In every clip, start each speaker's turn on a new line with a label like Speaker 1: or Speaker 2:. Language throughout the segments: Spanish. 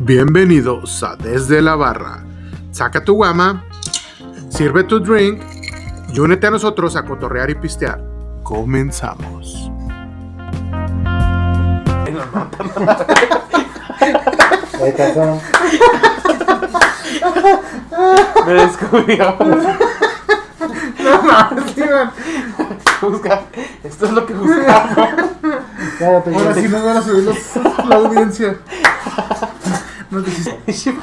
Speaker 1: Bienvenidos a Desde la Barra. Saca tu guama, sirve tu drink y únete a nosotros a cotorrear y pistear. Comenzamos.
Speaker 2: Ahí pasó.
Speaker 3: Me descubrió. Busca. Esto es lo que buscaba.
Speaker 2: Cállate, güey.
Speaker 1: Ahora sí nos van a subir los- la audiencia. No te hiciste-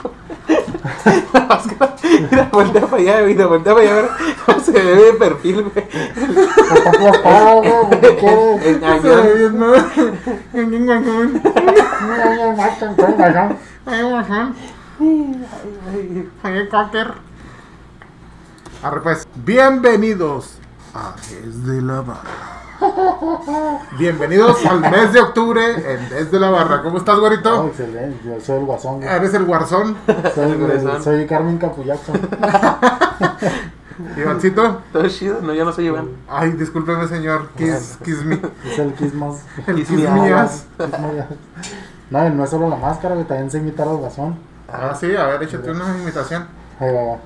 Speaker 3: La máscara. Mira, voltea para allá, mira, voltea para allá. a ver cómo se ve de perfil, güey.
Speaker 2: Está aplastado, güey, porque quieres.
Speaker 3: El
Speaker 1: Se ve
Speaker 3: ñañón.
Speaker 1: bien, ¿no? Ñan, ñan, ñan, ñan.
Speaker 2: Mira, ahí el macho, entonces, ¿no?
Speaker 1: Ay, guaján. Ay, cocker. Arre, pues. Bienvenidos a Desde la Barra. Bienvenidos al mes de octubre en Desde la Barra. ¿Cómo estás,
Speaker 2: Oh,
Speaker 1: güerito?
Speaker 2: excelente, yo soy el guasón, güey.
Speaker 1: Eres el guarzón,
Speaker 2: Soy,
Speaker 3: Ah, el guasón.
Speaker 2: soy Carmen Capullazo.
Speaker 1: Ivancito.
Speaker 3: Todo chido, no, yo no soy Iván.
Speaker 1: Ay, discúlpeme, señor. Kiss, kiss me.
Speaker 2: Es el Kismos.
Speaker 1: El
Speaker 3: Kiss
Speaker 1: kiss
Speaker 3: me,
Speaker 1: me ass.
Speaker 2: No, y no es solo la máscara, güey, también sé imitar al guasón.
Speaker 1: Ah, sí, a ver, échate una imitación.
Speaker 2: Ahí va, va.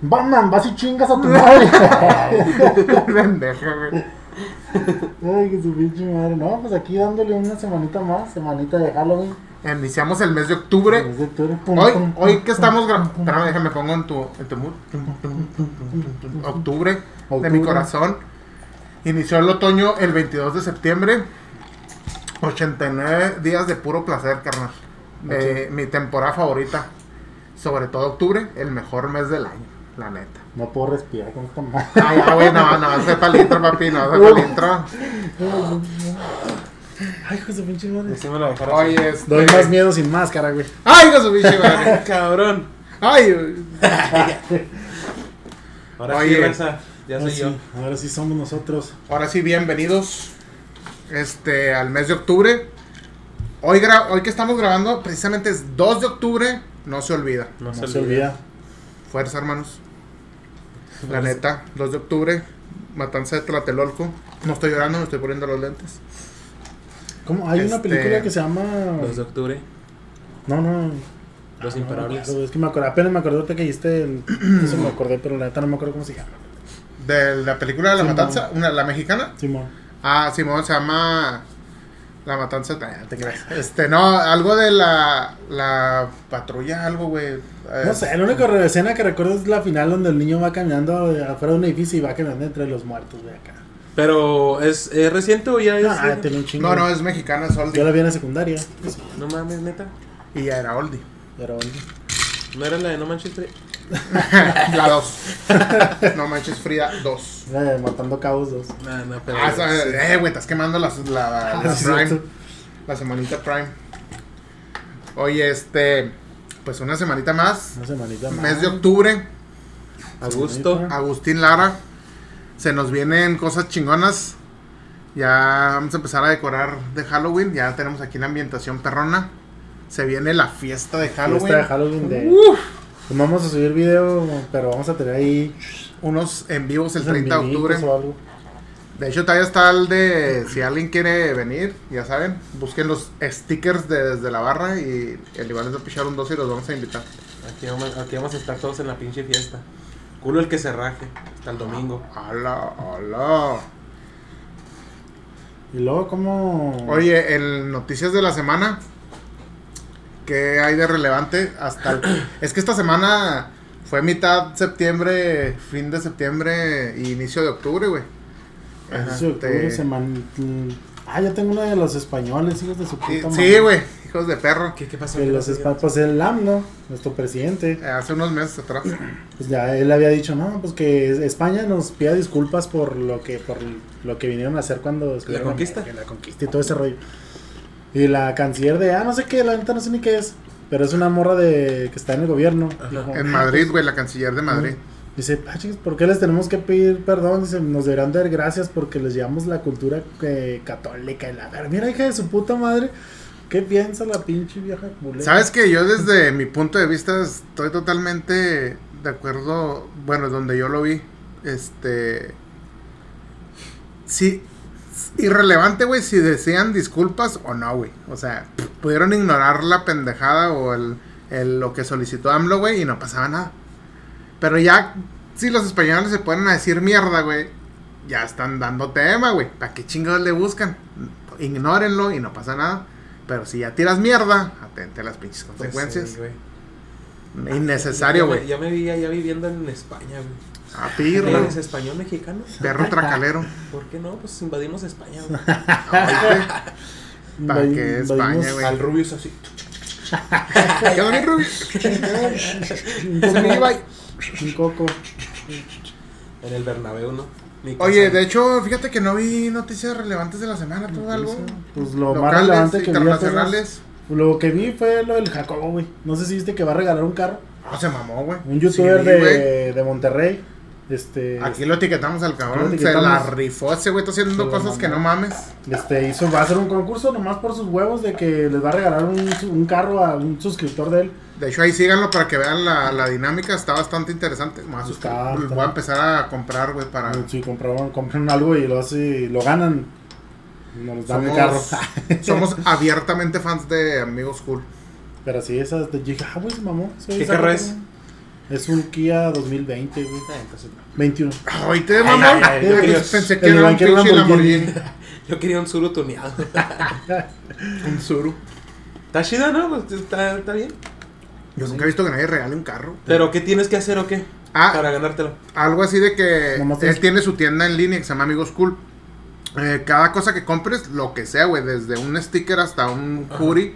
Speaker 2: Batman, vas y chingas a tu madre.
Speaker 1: Pendeja, güey.
Speaker 2: Ay, que su pinche madre. No, pues aquí dándole una semanita más, semanita de Halloween.
Speaker 1: Iniciamos el mes de octubre.
Speaker 2: Desde octubre, pum,
Speaker 1: Hoy,
Speaker 2: pum,
Speaker 1: hoy
Speaker 2: pum,
Speaker 1: que
Speaker 2: pum.
Speaker 1: estamos grabando. Espérame, déjame pongo en tu, en tu mood. Octubre de mi
Speaker 2: Octubre.
Speaker 1: corazón. Inició el otoño el 22 de septiembre. 89 días de puro placer, carnal. Eh, mi temporada favorita. Sobre todo octubre, el mejor mes del año, la neta.
Speaker 2: No puedo respirar con esta madre.
Speaker 1: Ay, ya, güey, no, no, soy palintro, papi, no, soy palintro.
Speaker 4: Ay, hijo de su pinche madre.
Speaker 3: Decime la mejor.
Speaker 1: Oye, este-
Speaker 4: Doy más miedo sin máscara, güey.
Speaker 1: Ay, hijo de su pinche
Speaker 3: Ah,
Speaker 1: madre.
Speaker 4: Cabrón.
Speaker 1: Ay, güey.
Speaker 3: Ahora
Speaker 1: Oye.
Speaker 3: sí, raza. Ya
Speaker 4: Ahora
Speaker 3: soy yo.
Speaker 4: Ah, sí, ahora sí somos nosotros.
Speaker 1: Ahora sí, bienvenidos este, al mes de octubre. Hoy, gra- hoy que estamos grabando, precisamente es 2 de octubre, no se olvida.
Speaker 4: No se olvida.
Speaker 1: Fuerza, hermanos. La neta, 2 de octubre, Matanza de Tlatelolco. No estoy llorando, me estoy poniendo los lentes.
Speaker 4: ¿Cómo? Hay
Speaker 1: Este-
Speaker 4: una película que se llama.
Speaker 3: Los de octubre.
Speaker 4: No, no.
Speaker 3: Los
Speaker 4: no,
Speaker 3: imparables.
Speaker 4: Ah, no, Es que me acordé, apenas me acordé ahorita que dijiste el. Eso me acordé, pero la neta no me acuerdo cómo se llama.
Speaker 1: De la película de La
Speaker 4: Sí,
Speaker 1: Matanza, una, la mexicana.
Speaker 4: Simón.
Speaker 1: Ah, Simón se llama La Matanza. Ah, te creas. Este, no, algo de la, la patrulla, algo, güey. Eh,
Speaker 4: No sé, la única re- escena que recuerdo es la final donde el niño va caminando eh, afuera de un edificio y va caminando entre los muertos, güey, acá.
Speaker 3: Pero, ¿es, es reciente o ya es.?
Speaker 4: Ah, tiene un chingo.
Speaker 1: No, no, es mexicana, es
Speaker 4: Yo
Speaker 1: oldie.
Speaker 4: la vi en la secundaria,
Speaker 3: No mames, neta.
Speaker 1: Y ya era oldie.
Speaker 4: pero.
Speaker 3: No era la de No Manches Tre-
Speaker 1: La 2. No manches, Frida 2.
Speaker 4: eh, matando cabos dos.
Speaker 3: No, no, pero.
Speaker 1: Ah, esa- eh, güey, estás quemando las- la, la,
Speaker 4: Ah, sí,
Speaker 1: Prime.
Speaker 4: cierto.
Speaker 1: La semanita Prime. Oye, este. Pues una semanita más.
Speaker 4: Una semanita más.
Speaker 1: Mes de octubre.
Speaker 3: A gusto.
Speaker 1: Agustín Lara. Se nos vienen cosas chingonas. Ya vamos a empezar a decorar de Halloween. Ya tenemos aquí la ambientación perrona. Se viene la fiesta de Halloween.
Speaker 4: Fiesta de Halloween de. Pues vamos a subir video, pero vamos a tener ahí.
Speaker 1: Unos en vivos el 30 de
Speaker 4: amiguitos
Speaker 1: octubre.
Speaker 4: o algo.
Speaker 1: De hecho, todavía está el de si alguien quiere venir, ya saben, busquen los stickers de desde la barra y el Iván les va a pichar un 2 y los vamos a invitar.
Speaker 3: Aquí vamos, aquí vamos a estar todos en la pinche fiesta. Culo el que se raje. Hasta el domingo.
Speaker 1: ¡Hala, hala!
Speaker 4: Y luego, ¿cómo?
Speaker 1: Oye, en noticias de la semana, ¿qué hay de relevante? Hasta el- Es que esta semana fue mitad septiembre, fin de septiembre y inicio de octubre, güey.
Speaker 4: Inicio de octubre,
Speaker 1: Este,
Speaker 4: seman- mm, Ah, yo tengo una de los españoles, hijos de su
Speaker 1: sí-
Speaker 4: puta
Speaker 1: Sí, güey, hijos de perro.
Speaker 3: ¿Qué, qué pasó?
Speaker 4: Que
Speaker 3: ¿Qué
Speaker 4: los
Speaker 3: pasó?
Speaker 4: espa- pues el AMNO, nuestro presidente,
Speaker 1: Eh, Hace unos meses atrás.
Speaker 4: pues ya él había dicho, no, pues que España nos pida disculpas por lo que por lo que vinieron a hacer cuando descubrieron
Speaker 3: conquista?
Speaker 4: América, la conquista y todo ese rollo. Y la canciller de, ah, no sé qué, la neta no sé ni qué es, pero es una morra de que está en el gobierno.
Speaker 3: Ajá.
Speaker 4: Dijo,
Speaker 1: En Madrid, güey, la canciller de Madrid.
Speaker 4: Dice, "Ah, chicas, ¿por qué les tenemos que pedir perdón? Dice, nos deberán dar gracias porque les llevamos la cultura eh, católica y la verga. Mira, hija de su puta madre, ¿qué piensa la pinche vieja culera?
Speaker 1: Sabes que yo desde mi punto de vista estoy totalmente de acuerdo, bueno, donde yo lo vi, este sí irrelevante, güey, si decían disculpas o no, güey. O sea, pudieron ignorar la pendejada o el, el- lo que solicitó AMLO, güey, y no pasaba nada. Pero ya, si los españoles se ponen a decir mierda, güey, ya están dando tema, güey. ¿Para qué chingados le buscan? Ignórenlo y no pasa nada. Pero si ya tiras mierda, atente a las pinches
Speaker 3: Pues
Speaker 1: consecuencias.
Speaker 3: sí, güey.
Speaker 1: Innecesario,
Speaker 3: Ya- ya-
Speaker 1: güey.
Speaker 3: Ya me veía ya viviendo en España, güey.
Speaker 1: A pirro,
Speaker 3: ¿Eres español mexicano?
Speaker 1: perro tracalero.
Speaker 3: ¿Por qué no? Pues invadimos España, güey.
Speaker 1: Pa'
Speaker 4: Invadi-
Speaker 1: que
Speaker 4: invadimos-
Speaker 1: España, güey.
Speaker 3: Al Rubius así.
Speaker 1: ¿Qué onda, mi
Speaker 4: Un
Speaker 1: Ruby? Se me iba
Speaker 4: coco.
Speaker 1: y-
Speaker 4: Un coco.
Speaker 3: En el Bernabéu, ¿no? Ni
Speaker 1: Oye,
Speaker 3: casa.
Speaker 1: de hecho, fíjate que no vi noticias relevantes de la semana, ¿tú algo?
Speaker 4: Pues lo más
Speaker 1: Locales,
Speaker 4: relevante que vi. apenas-
Speaker 1: internacionales.
Speaker 4: Lo que vi fue lo del Jacobo, güey. No sé si viste que va a regalar un carro.
Speaker 1: Ah, se mamó, güey.
Speaker 4: Un youtuber
Speaker 1: Sí, güey.
Speaker 4: de, de Monterrey. Este,
Speaker 1: Aquí lo etiquetamos al
Speaker 4: Lo
Speaker 1: cabrón.
Speaker 4: etiquetamos.
Speaker 1: Se la rifó ese güey, está haciendo
Speaker 4: Se la
Speaker 1: cosas que no
Speaker 4: mamó.
Speaker 1: mames.
Speaker 4: este hizo, va a hacer un concurso nomás por sus huevos de que les va a regalar un, un carro a un suscriptor de él.
Speaker 1: De hecho, ahí síganlo para que vean la, la dinámica. Está bastante interesante. Me va a
Speaker 4: Está,
Speaker 1: suscribir.
Speaker 4: está.
Speaker 1: Voy a empezar a comprar, güey, para.
Speaker 4: Si compraron, compran algo y lo, hace, lo ganan, nos los dan el carro.
Speaker 1: Somos, somos abiertamente fans de Amigos Cool.
Speaker 4: Pero sí, esas de dije, ah, güey, se mamó. Sí,
Speaker 3: ¿Qué
Speaker 4: saca
Speaker 3: carro
Speaker 4: tu-
Speaker 3: es?
Speaker 4: Es un Kia 2020, güey.
Speaker 3: Ah, entonces no.
Speaker 4: 21.
Speaker 1: Ay, te mamón.
Speaker 3: ay, ay,
Speaker 1: Yo
Speaker 3: Dios.
Speaker 1: Pensé que
Speaker 4: El
Speaker 1: era un
Speaker 4: banquero
Speaker 1: pinche
Speaker 4: Lamborghini.
Speaker 1: Lamborghini.
Speaker 3: Yo quería un suru tuneado.
Speaker 1: Un Zuru.
Speaker 3: Está chida, ¿no? Pues, Está, está bien.
Speaker 1: Yo nunca he visto que nadie regale un carro.
Speaker 3: ¿Pero qué tienes que hacer o qué?
Speaker 1: Ah,
Speaker 3: Para ganártelo.
Speaker 1: Algo así de que
Speaker 4: Nomás
Speaker 1: él
Speaker 4: tienes-
Speaker 1: tiene su tienda en línea que se llama Amigos Cool. Eh, cada cosa que compres, lo que sea, güey, desde un sticker hasta un
Speaker 3: Ajá.
Speaker 1: hoodie,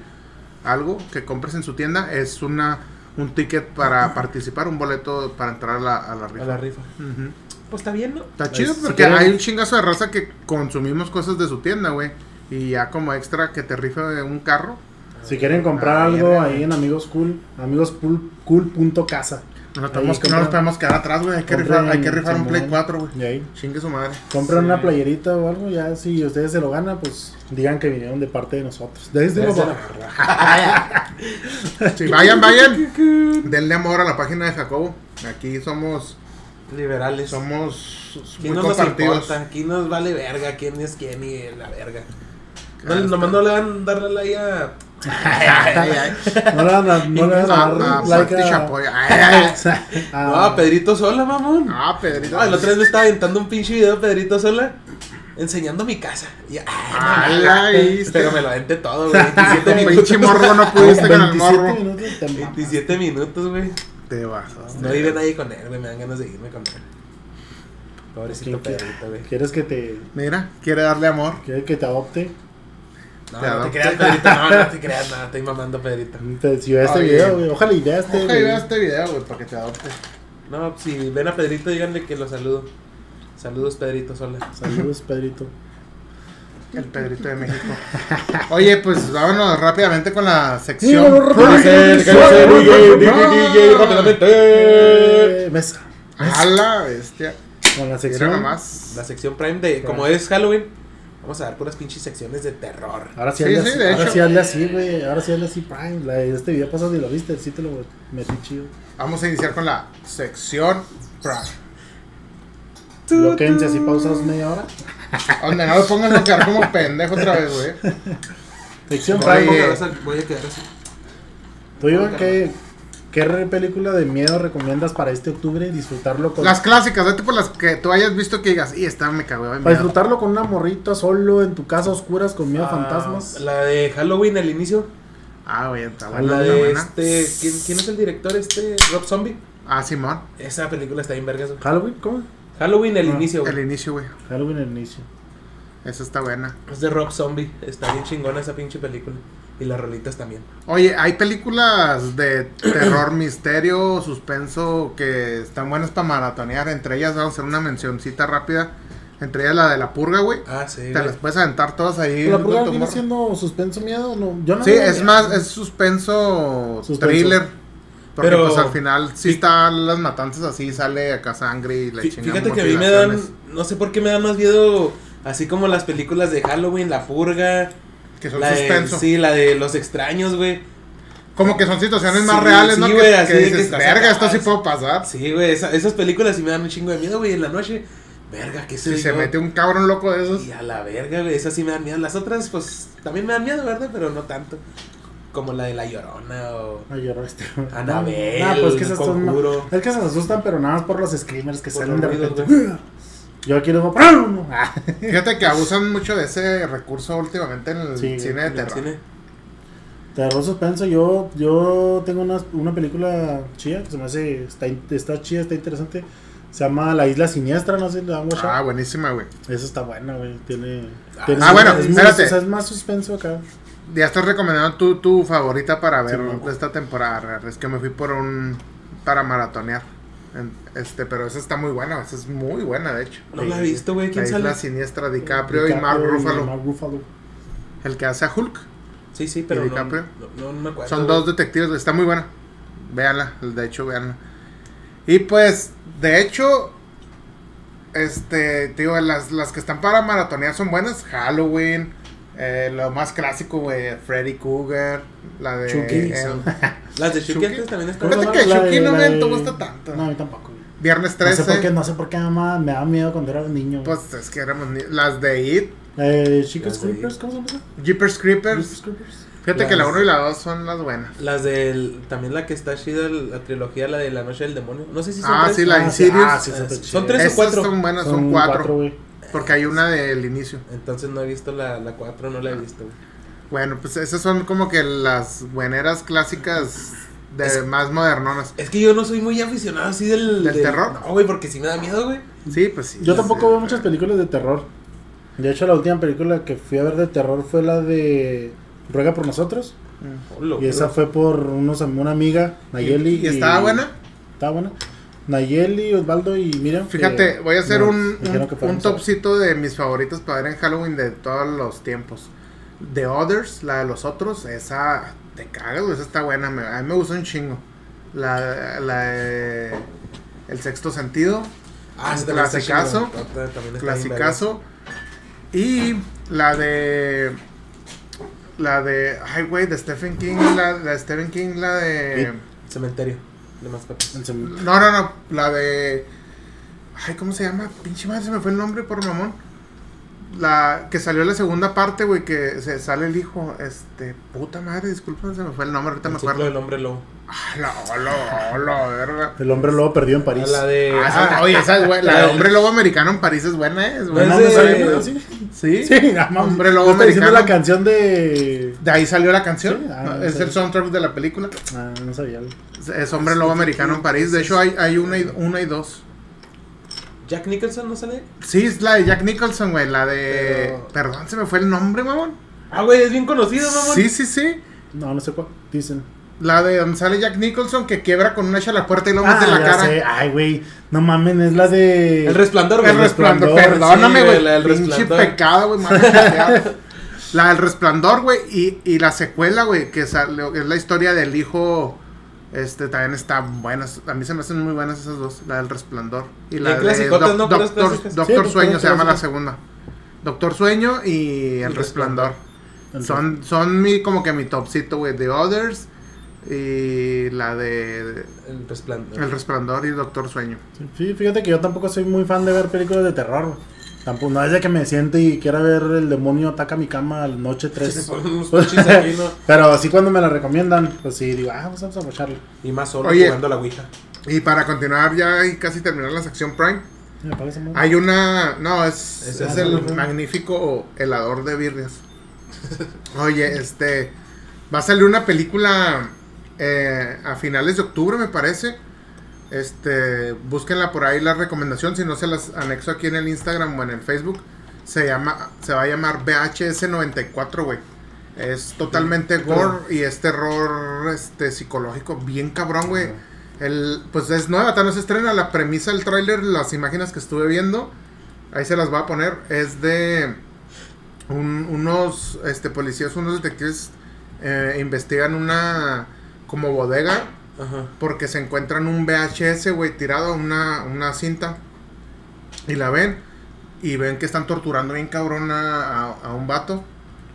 Speaker 1: algo que compres en su tienda, es una un ticket para participar, un boleto para entrar a la, a la
Speaker 3: A
Speaker 1: rifa.
Speaker 3: la rifa.
Speaker 1: Ujú.
Speaker 3: Pues está bien, ¿no?
Speaker 1: Está
Speaker 4: Pues,
Speaker 1: chido
Speaker 4: si
Speaker 1: porque
Speaker 4: quieren-
Speaker 1: hay un chingazo de raza que consumimos cosas de su tienda, güey. Y ya como extra que te rife un carro.
Speaker 4: Si quieren comprar
Speaker 1: Ah,
Speaker 4: algo
Speaker 1: verga,
Speaker 4: ahí
Speaker 1: güey.
Speaker 4: en Amigos Cool, amigoscool.casa.
Speaker 1: No nos podemos,
Speaker 4: Ahí
Speaker 1: no nos
Speaker 4: compran-
Speaker 1: podemos quedar atrás, güey. Hay que
Speaker 4: compran-
Speaker 1: rifar, hay que rifar un
Speaker 4: Simón.
Speaker 1: Play 4, güey.
Speaker 4: Y ahí
Speaker 1: Chingue su madre.
Speaker 4: compran
Speaker 3: Sí.
Speaker 4: una playerita o algo, ya si ustedes se lo ganan, pues digan que vinieron de parte de nosotros. Desde
Speaker 3: Desde
Speaker 4: los-
Speaker 3: la
Speaker 1: Sí, vayan, vayan. Denle amor a la página de Jacobo. Aquí somos
Speaker 3: Liberales.
Speaker 1: somos muy
Speaker 3: ¿Quién no nos
Speaker 1: compartidos.
Speaker 3: importa? ¿Quién nos vale verga? ¿Quién es quién y la verga? No,
Speaker 1: Ah,
Speaker 3: nomás no le van a darle la idea.
Speaker 4: No le van a, no le van
Speaker 1: Ah,
Speaker 4: a
Speaker 1: ah,
Speaker 4: dar like
Speaker 1: Pati
Speaker 4: a,
Speaker 1: Chapoy. Ah, Ay, ay, ay.
Speaker 4: a-
Speaker 3: No, Pedrito Sola, mamón.
Speaker 1: Ah, Pedrito.
Speaker 3: No, el otro día me estaba aventando un pinche video, Pedrito Sola, enseñando mi casa. Y, ah, no,
Speaker 1: Ala, viste.
Speaker 3: pero me lo aventé todo, güey.
Speaker 1: Con
Speaker 3: 27
Speaker 1: pinche
Speaker 3: minutos.
Speaker 1: morro no
Speaker 4: con
Speaker 1: pudiste con el este
Speaker 4: 27
Speaker 1: morro.
Speaker 4: minutos te mamas.
Speaker 3: 27 minutos, güey.
Speaker 1: Te vas.
Speaker 3: No vive nadie con él, güey. Me dan ganas de irme con él. Pobrecito
Speaker 4: ¿Quién-
Speaker 3: Pedrito, güey.
Speaker 4: ¿Quieres que te,
Speaker 1: Mira, quiere darle amor.
Speaker 4: quieres que te adopte?
Speaker 3: No,
Speaker 1: Te
Speaker 3: no
Speaker 1: adopté.
Speaker 3: te creas, Pedrito. No, no te creas, no. Estoy mamando, Pedrito.
Speaker 4: Entonces, si ve este
Speaker 1: Oye.
Speaker 4: video, güey, ojalá y vea este
Speaker 1: Ojalá y
Speaker 4: video.
Speaker 1: veas este video, güey, para que te adopte.
Speaker 3: No, si ven a Pedrito, díganle que lo saludo. Saludos, Pedrito Sola.
Speaker 4: Saludos, Pedrito.
Speaker 1: El Pedrito de México. Oye, pues vámonos rápidamente con la
Speaker 4: Sí,
Speaker 1: sección.
Speaker 4: vámonos rápidamente. Eh, mesa.
Speaker 1: A la bestia.
Speaker 4: Con la
Speaker 1: Mira
Speaker 4: sección.
Speaker 1: nomás.
Speaker 3: La sección Prime de. Como es Halloween, vamos a dar puras pinches secciones de terror.
Speaker 4: Ahora sí,
Speaker 1: Sí,
Speaker 4: hazle
Speaker 1: sí,
Speaker 4: así,
Speaker 1: de
Speaker 4: ahora
Speaker 1: hecho.
Speaker 4: sí hazle así, güey. Ahora sí hazle así, Prime. La de este video pasado y lo viste, sí te lo metí chido.
Speaker 1: Vamos a iniciar con la sección Prime.
Speaker 4: Lo que así pausas media hora.
Speaker 1: Donde no lo pongan a quedar como pendejo otra vez, güey.
Speaker 4: Sección
Speaker 1: Oye.
Speaker 4: Prime.
Speaker 3: Voy a- Voy a quedar así.
Speaker 4: ¿Tú, Iván, qué, qué re- película de miedo recomiendas para este octubre y disfrutarlo con.
Speaker 1: Las clásicas, date por las que tú hayas visto que digas, y esta me cagó de
Speaker 4: Para
Speaker 1: miedo.
Speaker 4: disfrutarlo con una morrita solo en tu casa a oscuras con miedo a fantasmas.
Speaker 3: La de Halloween al inicio.
Speaker 1: Ah, güey, está buena,
Speaker 3: La
Speaker 1: está
Speaker 3: de
Speaker 1: buena.
Speaker 3: este. ¿quién, quién es el director? Este. Rob Zombie.
Speaker 1: Ah, Simón.
Speaker 3: Esa película está bien vergas, güey.
Speaker 4: Halloween, ¿cómo?
Speaker 3: Halloween al
Speaker 4: Ah,
Speaker 3: inicio,
Speaker 1: El
Speaker 3: güey.
Speaker 1: inicio, güey.
Speaker 4: Halloween al inicio.
Speaker 1: Esa está buena.
Speaker 3: Es de Rob Zombie. Está bien chingona esa pinche película. Y las rolitas también.
Speaker 1: Oye, hay películas de terror, misterio, suspenso que están buenas para maratonear. Entre ellas vamos a hacer una mencioncita rápida. Entre ellas la de la purga, güey.
Speaker 3: Ah, sí.
Speaker 1: Te
Speaker 3: güey.
Speaker 1: las puedes aventar todas ahí.
Speaker 4: ¿La
Speaker 1: con
Speaker 4: prueba
Speaker 1: tu
Speaker 4: viene
Speaker 1: morra.
Speaker 4: siendo suspenso miedo? No, yo no
Speaker 1: Sí,
Speaker 4: digo
Speaker 1: es
Speaker 4: miedo.
Speaker 1: más, es suspenso,
Speaker 4: Suspenso.
Speaker 1: thriller. Porque
Speaker 3: Pero-
Speaker 1: pues al final sí
Speaker 3: Fí-
Speaker 1: están las matanzas así, sale acá sangre y la
Speaker 3: Fí-
Speaker 1: chingada.
Speaker 3: Fíjate que a mí me dan.
Speaker 1: mutilaciones,
Speaker 3: No sé por qué me dan más miedo. Así como las películas de Halloween, La Purga.
Speaker 1: Que son
Speaker 3: La de,
Speaker 1: suspenso.
Speaker 3: sí, la de Los Extraños, güey.
Speaker 1: Como que son situaciones
Speaker 3: Sí,
Speaker 1: más reales,
Speaker 3: sí,
Speaker 1: ¿no?
Speaker 3: güey,
Speaker 1: que,
Speaker 3: así
Speaker 1: que
Speaker 3: de que
Speaker 1: dices,
Speaker 3: estás
Speaker 1: verga,
Speaker 3: acá,
Speaker 1: esto sí
Speaker 3: sí".
Speaker 1: puedo pasar.
Speaker 3: Sí, güey. esa- esas películas sí me dan un chingo de miedo, güey. En la noche. Verga, ¿qué sé
Speaker 1: Si se
Speaker 3: yo?
Speaker 1: mete un cabrón loco de esos.
Speaker 3: Y a la verga, güey, esas sí me dan miedo. Las otras, pues, también me dan miedo, ¿verdad? Pero no tanto. Como la de La Llorona o...
Speaker 4: No lloró este. güey.
Speaker 3: Anabel,
Speaker 4: No, pues es que esas son-
Speaker 3: Conjuro.
Speaker 4: Es que se asustan, pero nada más por los screamers que
Speaker 3: Por
Speaker 4: salen de
Speaker 3: los ruidos,
Speaker 4: repente. Yo aquí luego. ¡pum! Ah,
Speaker 1: Fíjate que abusan mucho de ese recurso últimamente en el
Speaker 4: Sí,
Speaker 1: cine de
Speaker 3: en el
Speaker 1: terror.
Speaker 3: cine.
Speaker 4: Terror suspenso, yo, yo tengo una, una película chida que se me hace, está, in- está chida, está interesante. Se llama La Isla Siniestra, no sé si la han
Speaker 1: Ah,
Speaker 4: watchado.
Speaker 1: buenísima, güey.
Speaker 4: Eso está buena, güey. Tiene,
Speaker 3: Ah,
Speaker 4: tiene-
Speaker 1: ah, bueno,
Speaker 4: es, muy-
Speaker 1: espérate.
Speaker 4: o sea, es más suspenso acá.
Speaker 1: Ya estás recomendando tu, tu favorita para ver
Speaker 4: Sí, no.
Speaker 1: esta temporada. real. Es que me fui por un. para maratonear. En- Este, pero esa está muy buena, esa es muy buena, de hecho.
Speaker 3: No la he visto, güey.
Speaker 1: La
Speaker 3: ¿Quién
Speaker 1: isla
Speaker 3: sale?
Speaker 1: siniestra DiCaprio, y Mark Ruffalo,
Speaker 4: Mark Ruffalo.
Speaker 1: el que hace a Hulk.
Speaker 3: Sí, sí, pero
Speaker 1: ¿Y
Speaker 3: no,
Speaker 1: DiCaprio?
Speaker 3: no, no me acuerdo.
Speaker 1: Son dos detectives, está muy buena. Véanla, de hecho, véanla. Y pues, de hecho, este, tío, las, las que están para maratonear son buenas. Halloween, eh, lo más clásico, güey, Freddy Krueger, la de...
Speaker 4: Chucky.
Speaker 1: eh,
Speaker 3: Son- Las de Chucky
Speaker 1: Chucky.
Speaker 3: antes también
Speaker 1: Fíjate
Speaker 3: están...
Speaker 1: ¿Cómo?
Speaker 4: ¿Cómo
Speaker 1: que
Speaker 4: se llama? La
Speaker 1: Chucky
Speaker 4: de-
Speaker 1: no
Speaker 4: la
Speaker 1: me
Speaker 4: de-
Speaker 1: gusta tanto.
Speaker 4: No, a mí tampoco. güey.
Speaker 1: Viernes
Speaker 4: No sé
Speaker 1: 13.
Speaker 4: por qué, no sé por qué mamá, me daba miedo cuando era niño. güey.
Speaker 1: Pues es que éramos ni- las de It,
Speaker 4: eh, Chicos
Speaker 3: Las de-
Speaker 4: Creepers, ¿cómo se llama? esa?
Speaker 1: Jeepers Creepers.
Speaker 4: Chicos Creepers.
Speaker 1: Fíjate que la
Speaker 3: Las-
Speaker 1: 1 y la 2 son las buenas.
Speaker 3: Las del... También la que está chida, la trilogía, la de La Noche del Demonio. No sé si son
Speaker 1: Ah,
Speaker 3: tres.
Speaker 1: sí, la
Speaker 4: Ah, sí,
Speaker 1: Insidious.
Speaker 4: ah, sí, está
Speaker 3: Eh,
Speaker 4: chida.
Speaker 3: son tres. o
Speaker 1: Esas
Speaker 3: cuatro?
Speaker 1: son buenas, son,
Speaker 4: Son
Speaker 1: cuatro.
Speaker 4: güey.
Speaker 1: porque hay una del inicio.
Speaker 3: Entonces no he visto la, la 4, no la he visto. güey.
Speaker 1: Bueno, pues esas son como que las bueneras clásicas de
Speaker 3: Es-
Speaker 1: más modernonas.
Speaker 3: Es que yo no soy muy aficionado así del...
Speaker 1: ¿Del
Speaker 3: del-
Speaker 1: terror?
Speaker 3: No, güey, porque sí me da miedo, güey.
Speaker 1: Sí, pues sí.
Speaker 4: Yo
Speaker 1: ya
Speaker 4: tampoco
Speaker 1: sé.
Speaker 4: veo muchas películas de terror. De hecho, la última película que fui a ver de terror fue la de Ruega por nosotros.
Speaker 3: Hola,
Speaker 4: Y esa
Speaker 3: güey.
Speaker 4: fue por unos, am- una amiga, Nayeli.
Speaker 1: ¿Y, y estaba buena?
Speaker 4: Estaba buena. Nayeli, Osvaldo y Miriam. que
Speaker 1: Fíjate, voy a hacer
Speaker 4: nos
Speaker 1: un,
Speaker 4: pues, dijeron
Speaker 1: un,
Speaker 4: que fuéramos
Speaker 1: un
Speaker 4: a ver.
Speaker 1: topcito de mis favoritos para ver en Halloween de todos los tiempos. The Others, la de los otros, esa te cagas, güey, esa está buena. me- a mí me gustó un chingo. La, la de El Sexto Sentido,
Speaker 3: Ah, esa también está chida,
Speaker 1: Clasicazo.
Speaker 3: güey. Otra también está bien
Speaker 1: Clasicazo. Y la de. La de. Ay, güey, de Stephen King. La de Stephen King, la de.
Speaker 3: verga. Cementerio. De más papas.
Speaker 4: El cem-
Speaker 1: No, no, no. La de. Ay, ¿cómo se llama? Pinche madre, se me fue el nombre por mamón. La que salió la segunda parte, güey, que se sale el hijo. Este, puta madre, disculpen, se me fue el nombre, ahorita me
Speaker 3: El ciclo
Speaker 1: acuerdo.
Speaker 3: del hombre lobo.
Speaker 1: Hola, hola, hola, verga.
Speaker 4: El hombre lobo perdido en París.
Speaker 3: Ah, La de...
Speaker 1: Ah, esa-
Speaker 3: ah,
Speaker 1: oye, esa es buena. La de
Speaker 3: la del-
Speaker 1: hombre lobo americano en París es buena, ¿eh? Es
Speaker 4: ¿No
Speaker 1: buena.
Speaker 3: No
Speaker 4: mames,
Speaker 3: es pues de-
Speaker 4: ¿sabes, güey? Sí,
Speaker 1: Sí.
Speaker 4: sí, no mames.
Speaker 1: Hombre lobo
Speaker 4: Yo estaba diciendo
Speaker 1: americano.
Speaker 4: la canción de.
Speaker 1: De ahí salió la canción.
Speaker 4: Sí, ah,
Speaker 1: ¿no?
Speaker 4: no
Speaker 1: es
Speaker 4: sabía.
Speaker 1: el soundtrack de la película.
Speaker 4: Ah, no sabía.
Speaker 1: Es- Es Hombre Lobo Americano en París. De hecho, hay, hay una, y, una y dos.
Speaker 3: Jack Nicholson no sale.
Speaker 1: Sí, es la de Jack Nicholson, güey. La de.
Speaker 3: Pero-
Speaker 1: Perdón, se me fue el nombre, mamón.
Speaker 3: Ah, güey, es bien conocido, mamón.
Speaker 1: Sí, sí, sí.
Speaker 4: No, no sé cuál. Dicen.
Speaker 1: La de donde sale Jack Nicholson que quiebra con una hacha la puerta y lo mete
Speaker 4: Ah,
Speaker 1: en la
Speaker 4: ya
Speaker 1: cara.
Speaker 4: sé. Ay, güey. No mamen, es la de.
Speaker 3: El resplandor, güey.
Speaker 1: El resplandor,
Speaker 4: Resplandor,
Speaker 1: perdóname,
Speaker 3: sí,
Speaker 1: güey.
Speaker 3: güey, la del
Speaker 1: pinche
Speaker 3: Resplandor.
Speaker 1: pecado, güey. mala calidad. la del resplandor, güey. Y, y la secuela, güey, que salió, que es la historia del hijo. Este también está buenas. A mí se me hacen muy buenas esas dos. La del resplandor. Y la
Speaker 3: Bien
Speaker 1: de
Speaker 3: clasicotas,
Speaker 1: Doc-
Speaker 3: ¿no? Puras
Speaker 1: Doctor,
Speaker 3: clásicas.
Speaker 1: Doctor
Speaker 4: Sí,
Speaker 1: Sueño
Speaker 4: puras
Speaker 1: se llama la
Speaker 4: clásicas.
Speaker 1: segunda. Doctor Sueño y El,
Speaker 3: El
Speaker 1: resplandor.
Speaker 3: Resplandor.
Speaker 4: El-
Speaker 1: Son, son mi, como que mi topcito, güey. The Others y la de
Speaker 3: El resplandor.
Speaker 1: El Resplandor y Doctor Sueño.
Speaker 4: Sí, fíjate que yo tampoco soy muy fan de ver películas de terror. güey. Tampoco, no es de que me siente y quiera ver el demonio ataca mi cama al noche
Speaker 3: Se
Speaker 4: 3.
Speaker 3: ponen unos pinches aquí, ¿no?
Speaker 4: Pero sí cuando me la recomiendan, pues sí digo, ah, pues vamos a aprovecharlo.
Speaker 3: Y más solo
Speaker 1: Oye.
Speaker 3: jugando a la Ouija.
Speaker 1: Y para continuar ya y casi terminar la sección Prime,
Speaker 4: Me parece muy
Speaker 1: hay una... No, es,
Speaker 3: Es
Speaker 1: es,
Speaker 3: esa,
Speaker 1: el
Speaker 4: ¿no?
Speaker 1: magnífico helador de birrias. Oye, este... Va a salir una película eh, a finales de octubre, me parece. Este, búsquenla por ahí la recomendación, si no se las anexo aquí en el Instagram o en el Facebook. Se llama, se va a llamar VHS94, güey. Es totalmente gore y es terror este, psicológico bien cabrón, güey. El, pues es nueva, todavía no se estrena la premisa del tráiler, las imágenes que estuve viendo, ahí se las voy a poner, es de un- unos este, policías, unos detectives eh, investigan una como bodega
Speaker 3: Ajá.
Speaker 1: porque se encuentran un VHS, güey, tirado, una, una cinta. Y la ven. Y ven que están torturando bien cabrón a, a- a un vato.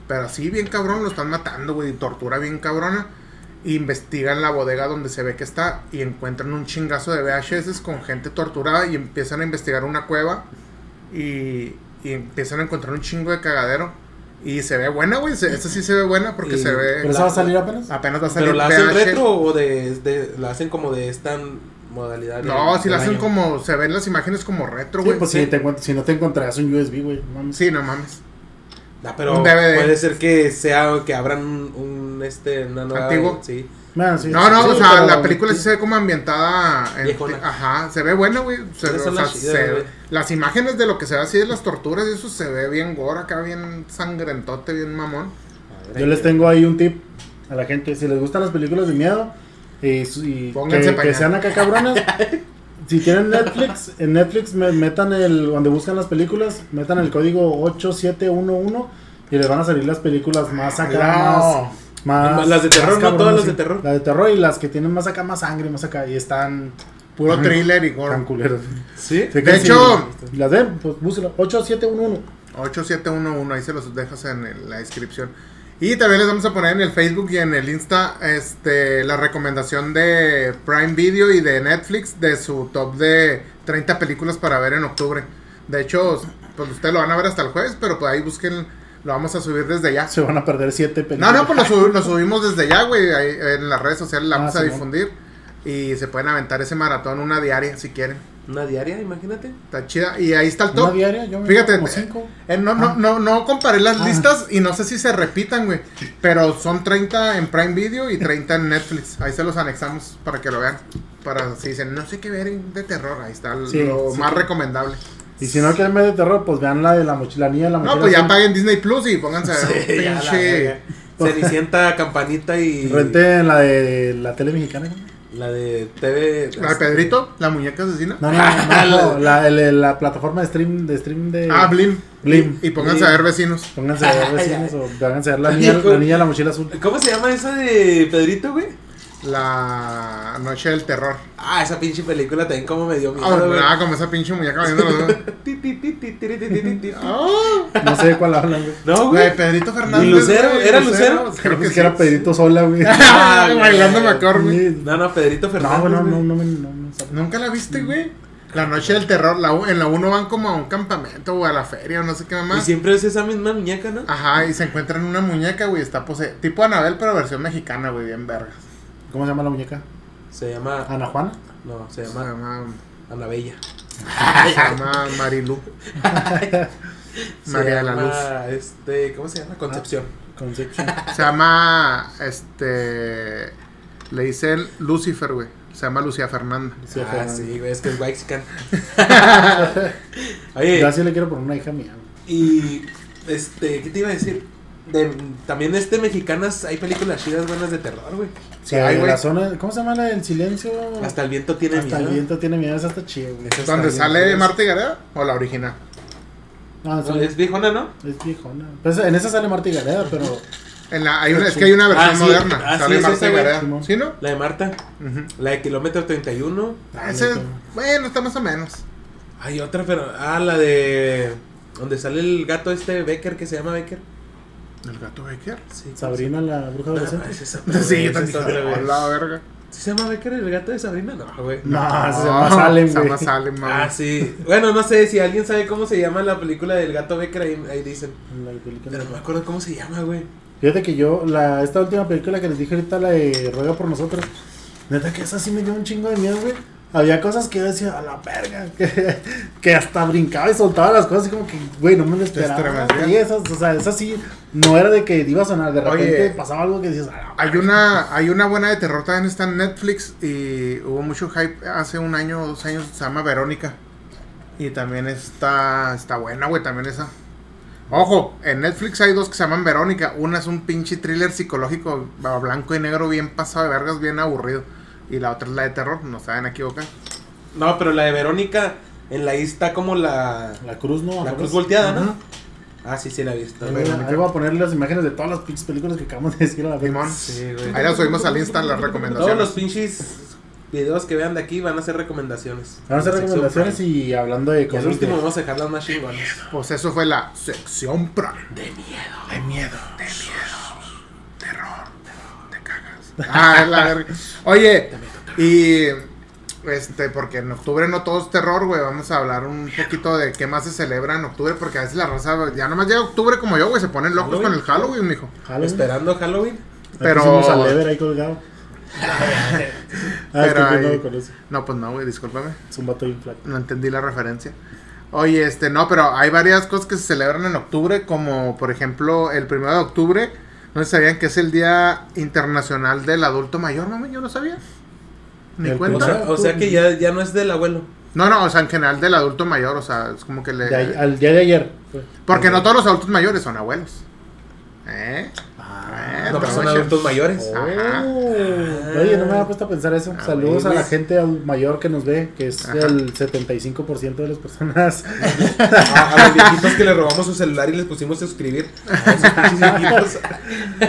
Speaker 1: Pero así bien cabrón, lo están matando, güey. y Tortura bien cabrona. e Investigan la bodega donde se ve que está. Y encuentran un chingazo de VHS con gente torturada. Y empiezan a investigar una cueva. y, y empiezan a encontrar un chingo de cagadero. Y se ve buena, güey. se- Esta sí se ve buena porque
Speaker 3: Y-
Speaker 1: se
Speaker 4: ¿Pero
Speaker 1: ve.
Speaker 4: esa va a salir apenas?
Speaker 1: Apenas va a salir
Speaker 3: ¿Pero la hacen
Speaker 1: VH.
Speaker 3: retro o de, de- la hacen como de esta modalidad?
Speaker 1: No, si la
Speaker 3: del
Speaker 1: hacen
Speaker 3: año?
Speaker 1: como. Se ven las imágenes como retro,
Speaker 4: Sí,
Speaker 1: güey.
Speaker 4: pues
Speaker 1: Sí,
Speaker 4: Si, te encuent- si no te encontrarás un USB, güey. no mames.
Speaker 1: no mames.
Speaker 3: Ah, pero
Speaker 1: Un DVD.
Speaker 3: puede ser que sea que abran un, un, este una nueva
Speaker 1: Antiguo.
Speaker 3: sí.
Speaker 4: Man, sí,
Speaker 1: No, no,
Speaker 4: sí,
Speaker 1: o sea,
Speaker 4: pero-
Speaker 1: la película sí se ve como ambientada. en-
Speaker 3: Viejona.
Speaker 1: ajá, se ve buena, güey. se
Speaker 3: Esas
Speaker 1: ve-
Speaker 3: son
Speaker 1: o sea,
Speaker 3: las chidas,
Speaker 1: se-
Speaker 3: güey.
Speaker 1: las imágenes de lo que se ve así de las torturas y eso se ve bien gore acá, bien sangrentote, bien mamón.
Speaker 4: Yo les tengo ahí un tip a la gente. Si les gustan las películas de miedo y, su- y
Speaker 1: Pónganse
Speaker 4: que, que
Speaker 1: pañal.
Speaker 4: sean acá cabronas, si tienen Netflix, en Netflix me- metan el, donde buscan las películas, metan el código 8711 y les van a salir las películas más acá,
Speaker 1: No.
Speaker 4: más, más-
Speaker 3: Las de terror,
Speaker 4: más
Speaker 3: ¿no?
Speaker 4: cabronas,
Speaker 3: Todas las
Speaker 4: sí.
Speaker 3: de terror.
Speaker 4: Las de terror y las que tienen más acá, más sangre, más acá. Y están
Speaker 1: Puro
Speaker 4: Ajá.
Speaker 1: thriller y
Speaker 4: tan
Speaker 1: gore.
Speaker 4: culeros.
Speaker 3: Sí.
Speaker 4: Así
Speaker 1: De
Speaker 4: que
Speaker 1: hecho-
Speaker 4: si las ven, pues búsquenlas. 8711.
Speaker 1: 8711, ahí se los dejas en el- la descripción. Y también les vamos a poner en el Facebook y en el Insta este, la recomendación de Prime Video y de Netflix de su top de 30 películas para ver en octubre. De hecho, pues ustedes lo van a ver hasta el jueves, pero pues ahí busquen, lo vamos a subir desde ya.
Speaker 4: Se van a perder 7
Speaker 1: No,
Speaker 4: películas.
Speaker 1: no, pues lo, sub- lo subimos desde ya, güey, ahí en las redes sociales la
Speaker 4: Ah,
Speaker 1: vamos a
Speaker 4: sí, ¿no?
Speaker 1: difundir y se pueden aventar ese maratón una diaria si quieren.
Speaker 3: Una diaria, imagínate.
Speaker 1: Está chida. Y ahí está el
Speaker 4: Una
Speaker 1: top.
Speaker 4: diaria, yo me
Speaker 1: Fíjate,
Speaker 4: como
Speaker 1: eh,
Speaker 4: 5.
Speaker 1: Eh, no, no,
Speaker 4: Ah.
Speaker 1: no, no comparé las
Speaker 4: Ah.
Speaker 1: listas y no sé si se repitan, güey. Pero son 30 en Prime Video y 30 en Netflix. Ahí se los anexamos para que lo vean. Para si dicen, no sé qué ver de terror, ahí está el-
Speaker 4: Sí,
Speaker 1: lo
Speaker 4: sí.
Speaker 1: más recomendable.
Speaker 4: Y si no quieren ver de terror, pues vean la de la mochila, la niña de la mochila.
Speaker 1: No, pues ya
Speaker 4: azul.
Speaker 1: paguen Disney Plus y pónganse a ver
Speaker 3: Sí, ya la verga.
Speaker 1: pinche.
Speaker 3: Cenicienta, campanita y
Speaker 4: Renten la de la tele mexicana. ¿no?
Speaker 3: la de TV.
Speaker 1: La de Pedrito, la muñeca asesina.
Speaker 4: No, no, no, no, la, el- la plataforma de stream de stream de
Speaker 1: Ah, Blim.
Speaker 4: Blim.
Speaker 1: Y pónganse
Speaker 3: Blim.
Speaker 1: a ver vecinos.
Speaker 4: Pónganse a ver vecinos o pónganse a ver la niña,
Speaker 3: Hijo.
Speaker 4: la niña de la mochila azul.
Speaker 3: ¿Cómo se llama esa de Pedrito, güey?
Speaker 1: La noche del terror.
Speaker 3: Ah, esa pinche película también como me dio miedo.
Speaker 1: Ah,
Speaker 3: güey.
Speaker 1: nada, como esa pinche muñeca viendo los dos.
Speaker 3: Ti, ti, ti, ti, ti, ti, ti, ti, ti.
Speaker 1: Ah,
Speaker 4: No sé de cuál hablan, güey.
Speaker 3: No, güey.
Speaker 1: Güey, Pedrito Fernández.
Speaker 3: Lucero?
Speaker 1: güey,
Speaker 3: ¿Era Lucero?
Speaker 1: Creo
Speaker 4: Creo
Speaker 1: que
Speaker 4: que
Speaker 1: sí.
Speaker 4: era Pedrito Sola, güey.
Speaker 1: Ah,
Speaker 3: Ah,
Speaker 1: Bailando
Speaker 3: güey.
Speaker 1: McCormick.
Speaker 3: No, no, Pedrito Fernández.
Speaker 4: No, no,
Speaker 3: güey.
Speaker 4: no, no, me- no, me sale.
Speaker 1: ¿Nunca la viste, güey? La noche del terror, la u- en la 1 van como a un campamento o a la feria o no Ah. sé qué
Speaker 3: Y
Speaker 1: mamá.
Speaker 3: siempre es esa misma muñeca, ¿no?
Speaker 1: Ajá, y se encuentran una muñeca, güey, está pose tipo Anabel, pero versión mexicana, güey, bien vergas.
Speaker 4: ¿Cómo se llama la muñeca?
Speaker 3: Se llama.
Speaker 4: Ana Juana.
Speaker 1: Ah.
Speaker 3: No, se
Speaker 1: Se
Speaker 3: llama
Speaker 1: llama,
Speaker 3: Anabella.
Speaker 1: se llama Marilu.
Speaker 3: Se
Speaker 1: María de la Ah,
Speaker 3: llama, Este, ¿Cómo se llama? Concepción.
Speaker 4: Conception.
Speaker 1: Se llama, este, le dicen Lucifer, güey. Se llama Lucía Fernanda.
Speaker 4: Sí,
Speaker 3: ah,
Speaker 4: Fernanda.
Speaker 3: sí, güey, es que es Waxican. Oye,
Speaker 4: Yo así le quiero poner una hija mía. güey.
Speaker 3: y este, ¿qué te iba a decir? De- también este mexicanas hay películas chidas buenas de terror, güey.
Speaker 1: Sí,
Speaker 4: La
Speaker 1: hay,
Speaker 4: de
Speaker 1: güey.
Speaker 4: la zona, ¿Cómo se llama la del silencio?
Speaker 3: Hasta el viento tiene
Speaker 4: Hasta el
Speaker 3: miedo.
Speaker 4: viento tiene miedo, esa está chida, güey.
Speaker 3: Esa está
Speaker 1: ¿Dónde
Speaker 3: bien pues.
Speaker 1: sale
Speaker 3: chida.
Speaker 1: Marta y Gareda? ¿O la original?
Speaker 4: No,
Speaker 3: No,
Speaker 4: es,
Speaker 3: es viejona, ¿no?
Speaker 4: es viejona. Pues en esa sale Marta y Gareda, pero
Speaker 1: En la, hay una, es que hay una versión
Speaker 3: Ah, sí,
Speaker 1: moderna.
Speaker 3: ah, sí,
Speaker 1: sale
Speaker 3: es
Speaker 1: Marta
Speaker 3: esa,
Speaker 1: y
Speaker 3: güey,
Speaker 1: Gareda.
Speaker 4: Simón.
Speaker 1: ¿Sí, no?
Speaker 3: La de Marta,
Speaker 1: Ujú.
Speaker 3: la de kilómetro 31.
Speaker 4: Ah,
Speaker 1: Ese,
Speaker 4: neta.
Speaker 1: bueno, está más o menos.
Speaker 3: Hay otra, pero. Ah, la de. Donde sale el gato este Becker que se llama Becker.
Speaker 1: ¿El gato Becker?
Speaker 3: Sí,
Speaker 4: Sabrina la bruja
Speaker 3: No, Ah,
Speaker 4: adolescente.
Speaker 3: es esa,
Speaker 1: Sí, yo
Speaker 3: esa es
Speaker 1: también.
Speaker 3: otra, güey.
Speaker 1: A la verga.
Speaker 3: ¿Sí se llama Becker el gato de Sabrina? No, güey.
Speaker 4: No, Ah, se
Speaker 1: No,
Speaker 4: llama Salem,
Speaker 1: Se llama
Speaker 4: güey.
Speaker 1: Salem, mamá.
Speaker 3: Ah, sí. Bueno, no sé si alguien sabe cómo se llama la película del gato Becker, ahí, ahí dicen.
Speaker 4: La película.
Speaker 3: Pero no me acuerdo cómo se llama, güey.
Speaker 4: Fíjate que yo, la, esta última película que les dije ahorita, la de Ruega por nosotros, neta que esa sí me dio un chingo de miedo, güey. Había cosas que yo decía, a la verga, que, que hasta brincaba y soltaba las cosas, y como que, güey, no me lo esperaba.
Speaker 1: estremecías.
Speaker 4: Y esas, o sea, esas sí, no era de que iba a sonar, de
Speaker 1: Oye.
Speaker 4: repente pasaba algo que decías, a la
Speaker 1: Hay una, hay una buena de terror también está en Netflix y hubo mucho hype hace un año o dos años, se llama Verónica. Y también está, está buena, güey, también esa. Ojo, en Netflix hay dos que se llaman Verónica. Una es un pinche thriller psicológico a blanco y negro bien pasado de vergas, bien aburrido. Y la otra es la de terror, no saben equivocar.
Speaker 3: No, pero la de Verónica, en la I está como la.
Speaker 4: La cruz, ¿no?
Speaker 3: La
Speaker 4: Ajá.
Speaker 3: cruz volteada, ¿no?
Speaker 4: Ajá.
Speaker 3: Ah, sí, sí, la he visto.
Speaker 4: Ahí
Speaker 3: güey.
Speaker 4: voy a- ahí voy a poner las imágenes de todas las pinches películas que acabamos de decir a la vez.
Speaker 1: Limón.
Speaker 3: Sí, güey.
Speaker 1: Ahí la subimos al Insta las
Speaker 3: Todos los
Speaker 1: recomendaciones.
Speaker 3: pinches videos que vean de aquí van a ser recomendaciones.
Speaker 4: Van a hacer recomendaciones y hablando de
Speaker 3: Y al
Speaker 4: cosas que-
Speaker 3: último vamos a dejar las más chingonas.
Speaker 1: Pues eso fue la sección Prime.
Speaker 4: de miedo.
Speaker 1: Terror. Te cagas. Ah, la verga. Oye, y Este, porque en octubre no todo es terror, güey. Vamos a hablar un poquito de qué más se celebra en octubre, porque a veces la raza, güey, ya nomás llega octubre como yo, güey, se ponen locos con el Halloween, mijo.
Speaker 4: Halloween.
Speaker 3: Esperando Halloween.
Speaker 4: Ahí
Speaker 1: pero-
Speaker 4: pusimos al Ever ahí colgado. Ah, es
Speaker 1: Pero
Speaker 4: que yo no
Speaker 1: ahí-
Speaker 4: lo conoce.
Speaker 1: No, pues no, güey, discúlpame.
Speaker 4: Es un vato bien flaco.
Speaker 1: No entendí la referencia. Oye, este, no, pero hay varias cosas que se celebran en octubre, como por ejemplo el primero de octubre. No sabían que es el Día Internacional del Adulto Mayor, mami, yo no sabía. Ni
Speaker 4: El
Speaker 3: O
Speaker 1: cuenta.
Speaker 3: sea, o sea que ya, ya no es del abuelo.
Speaker 1: No, no, o sea, en general del adulto mayor, o sea, es como que le.
Speaker 4: De ahí- ah, al día de ayer. fue.
Speaker 1: Eh. Porque no todos los adultos mayores son abuelos. ¿Eh?
Speaker 4: Ah,
Speaker 1: Eh,
Speaker 3: No, pues son
Speaker 1: Pero-
Speaker 3: adultos mayores.
Speaker 1: Ajá.
Speaker 4: Oh. Oye, no me había puesto a pensar eso.
Speaker 1: Ah,
Speaker 4: Saludos a
Speaker 1: güey.
Speaker 4: la gente al- mayor que nos ve, que es
Speaker 1: Ajá.
Speaker 4: el 75% de las personas.
Speaker 3: A, a los viejitos que le robamos su celular y les pusimos suscribir. A esos pinches viejitos.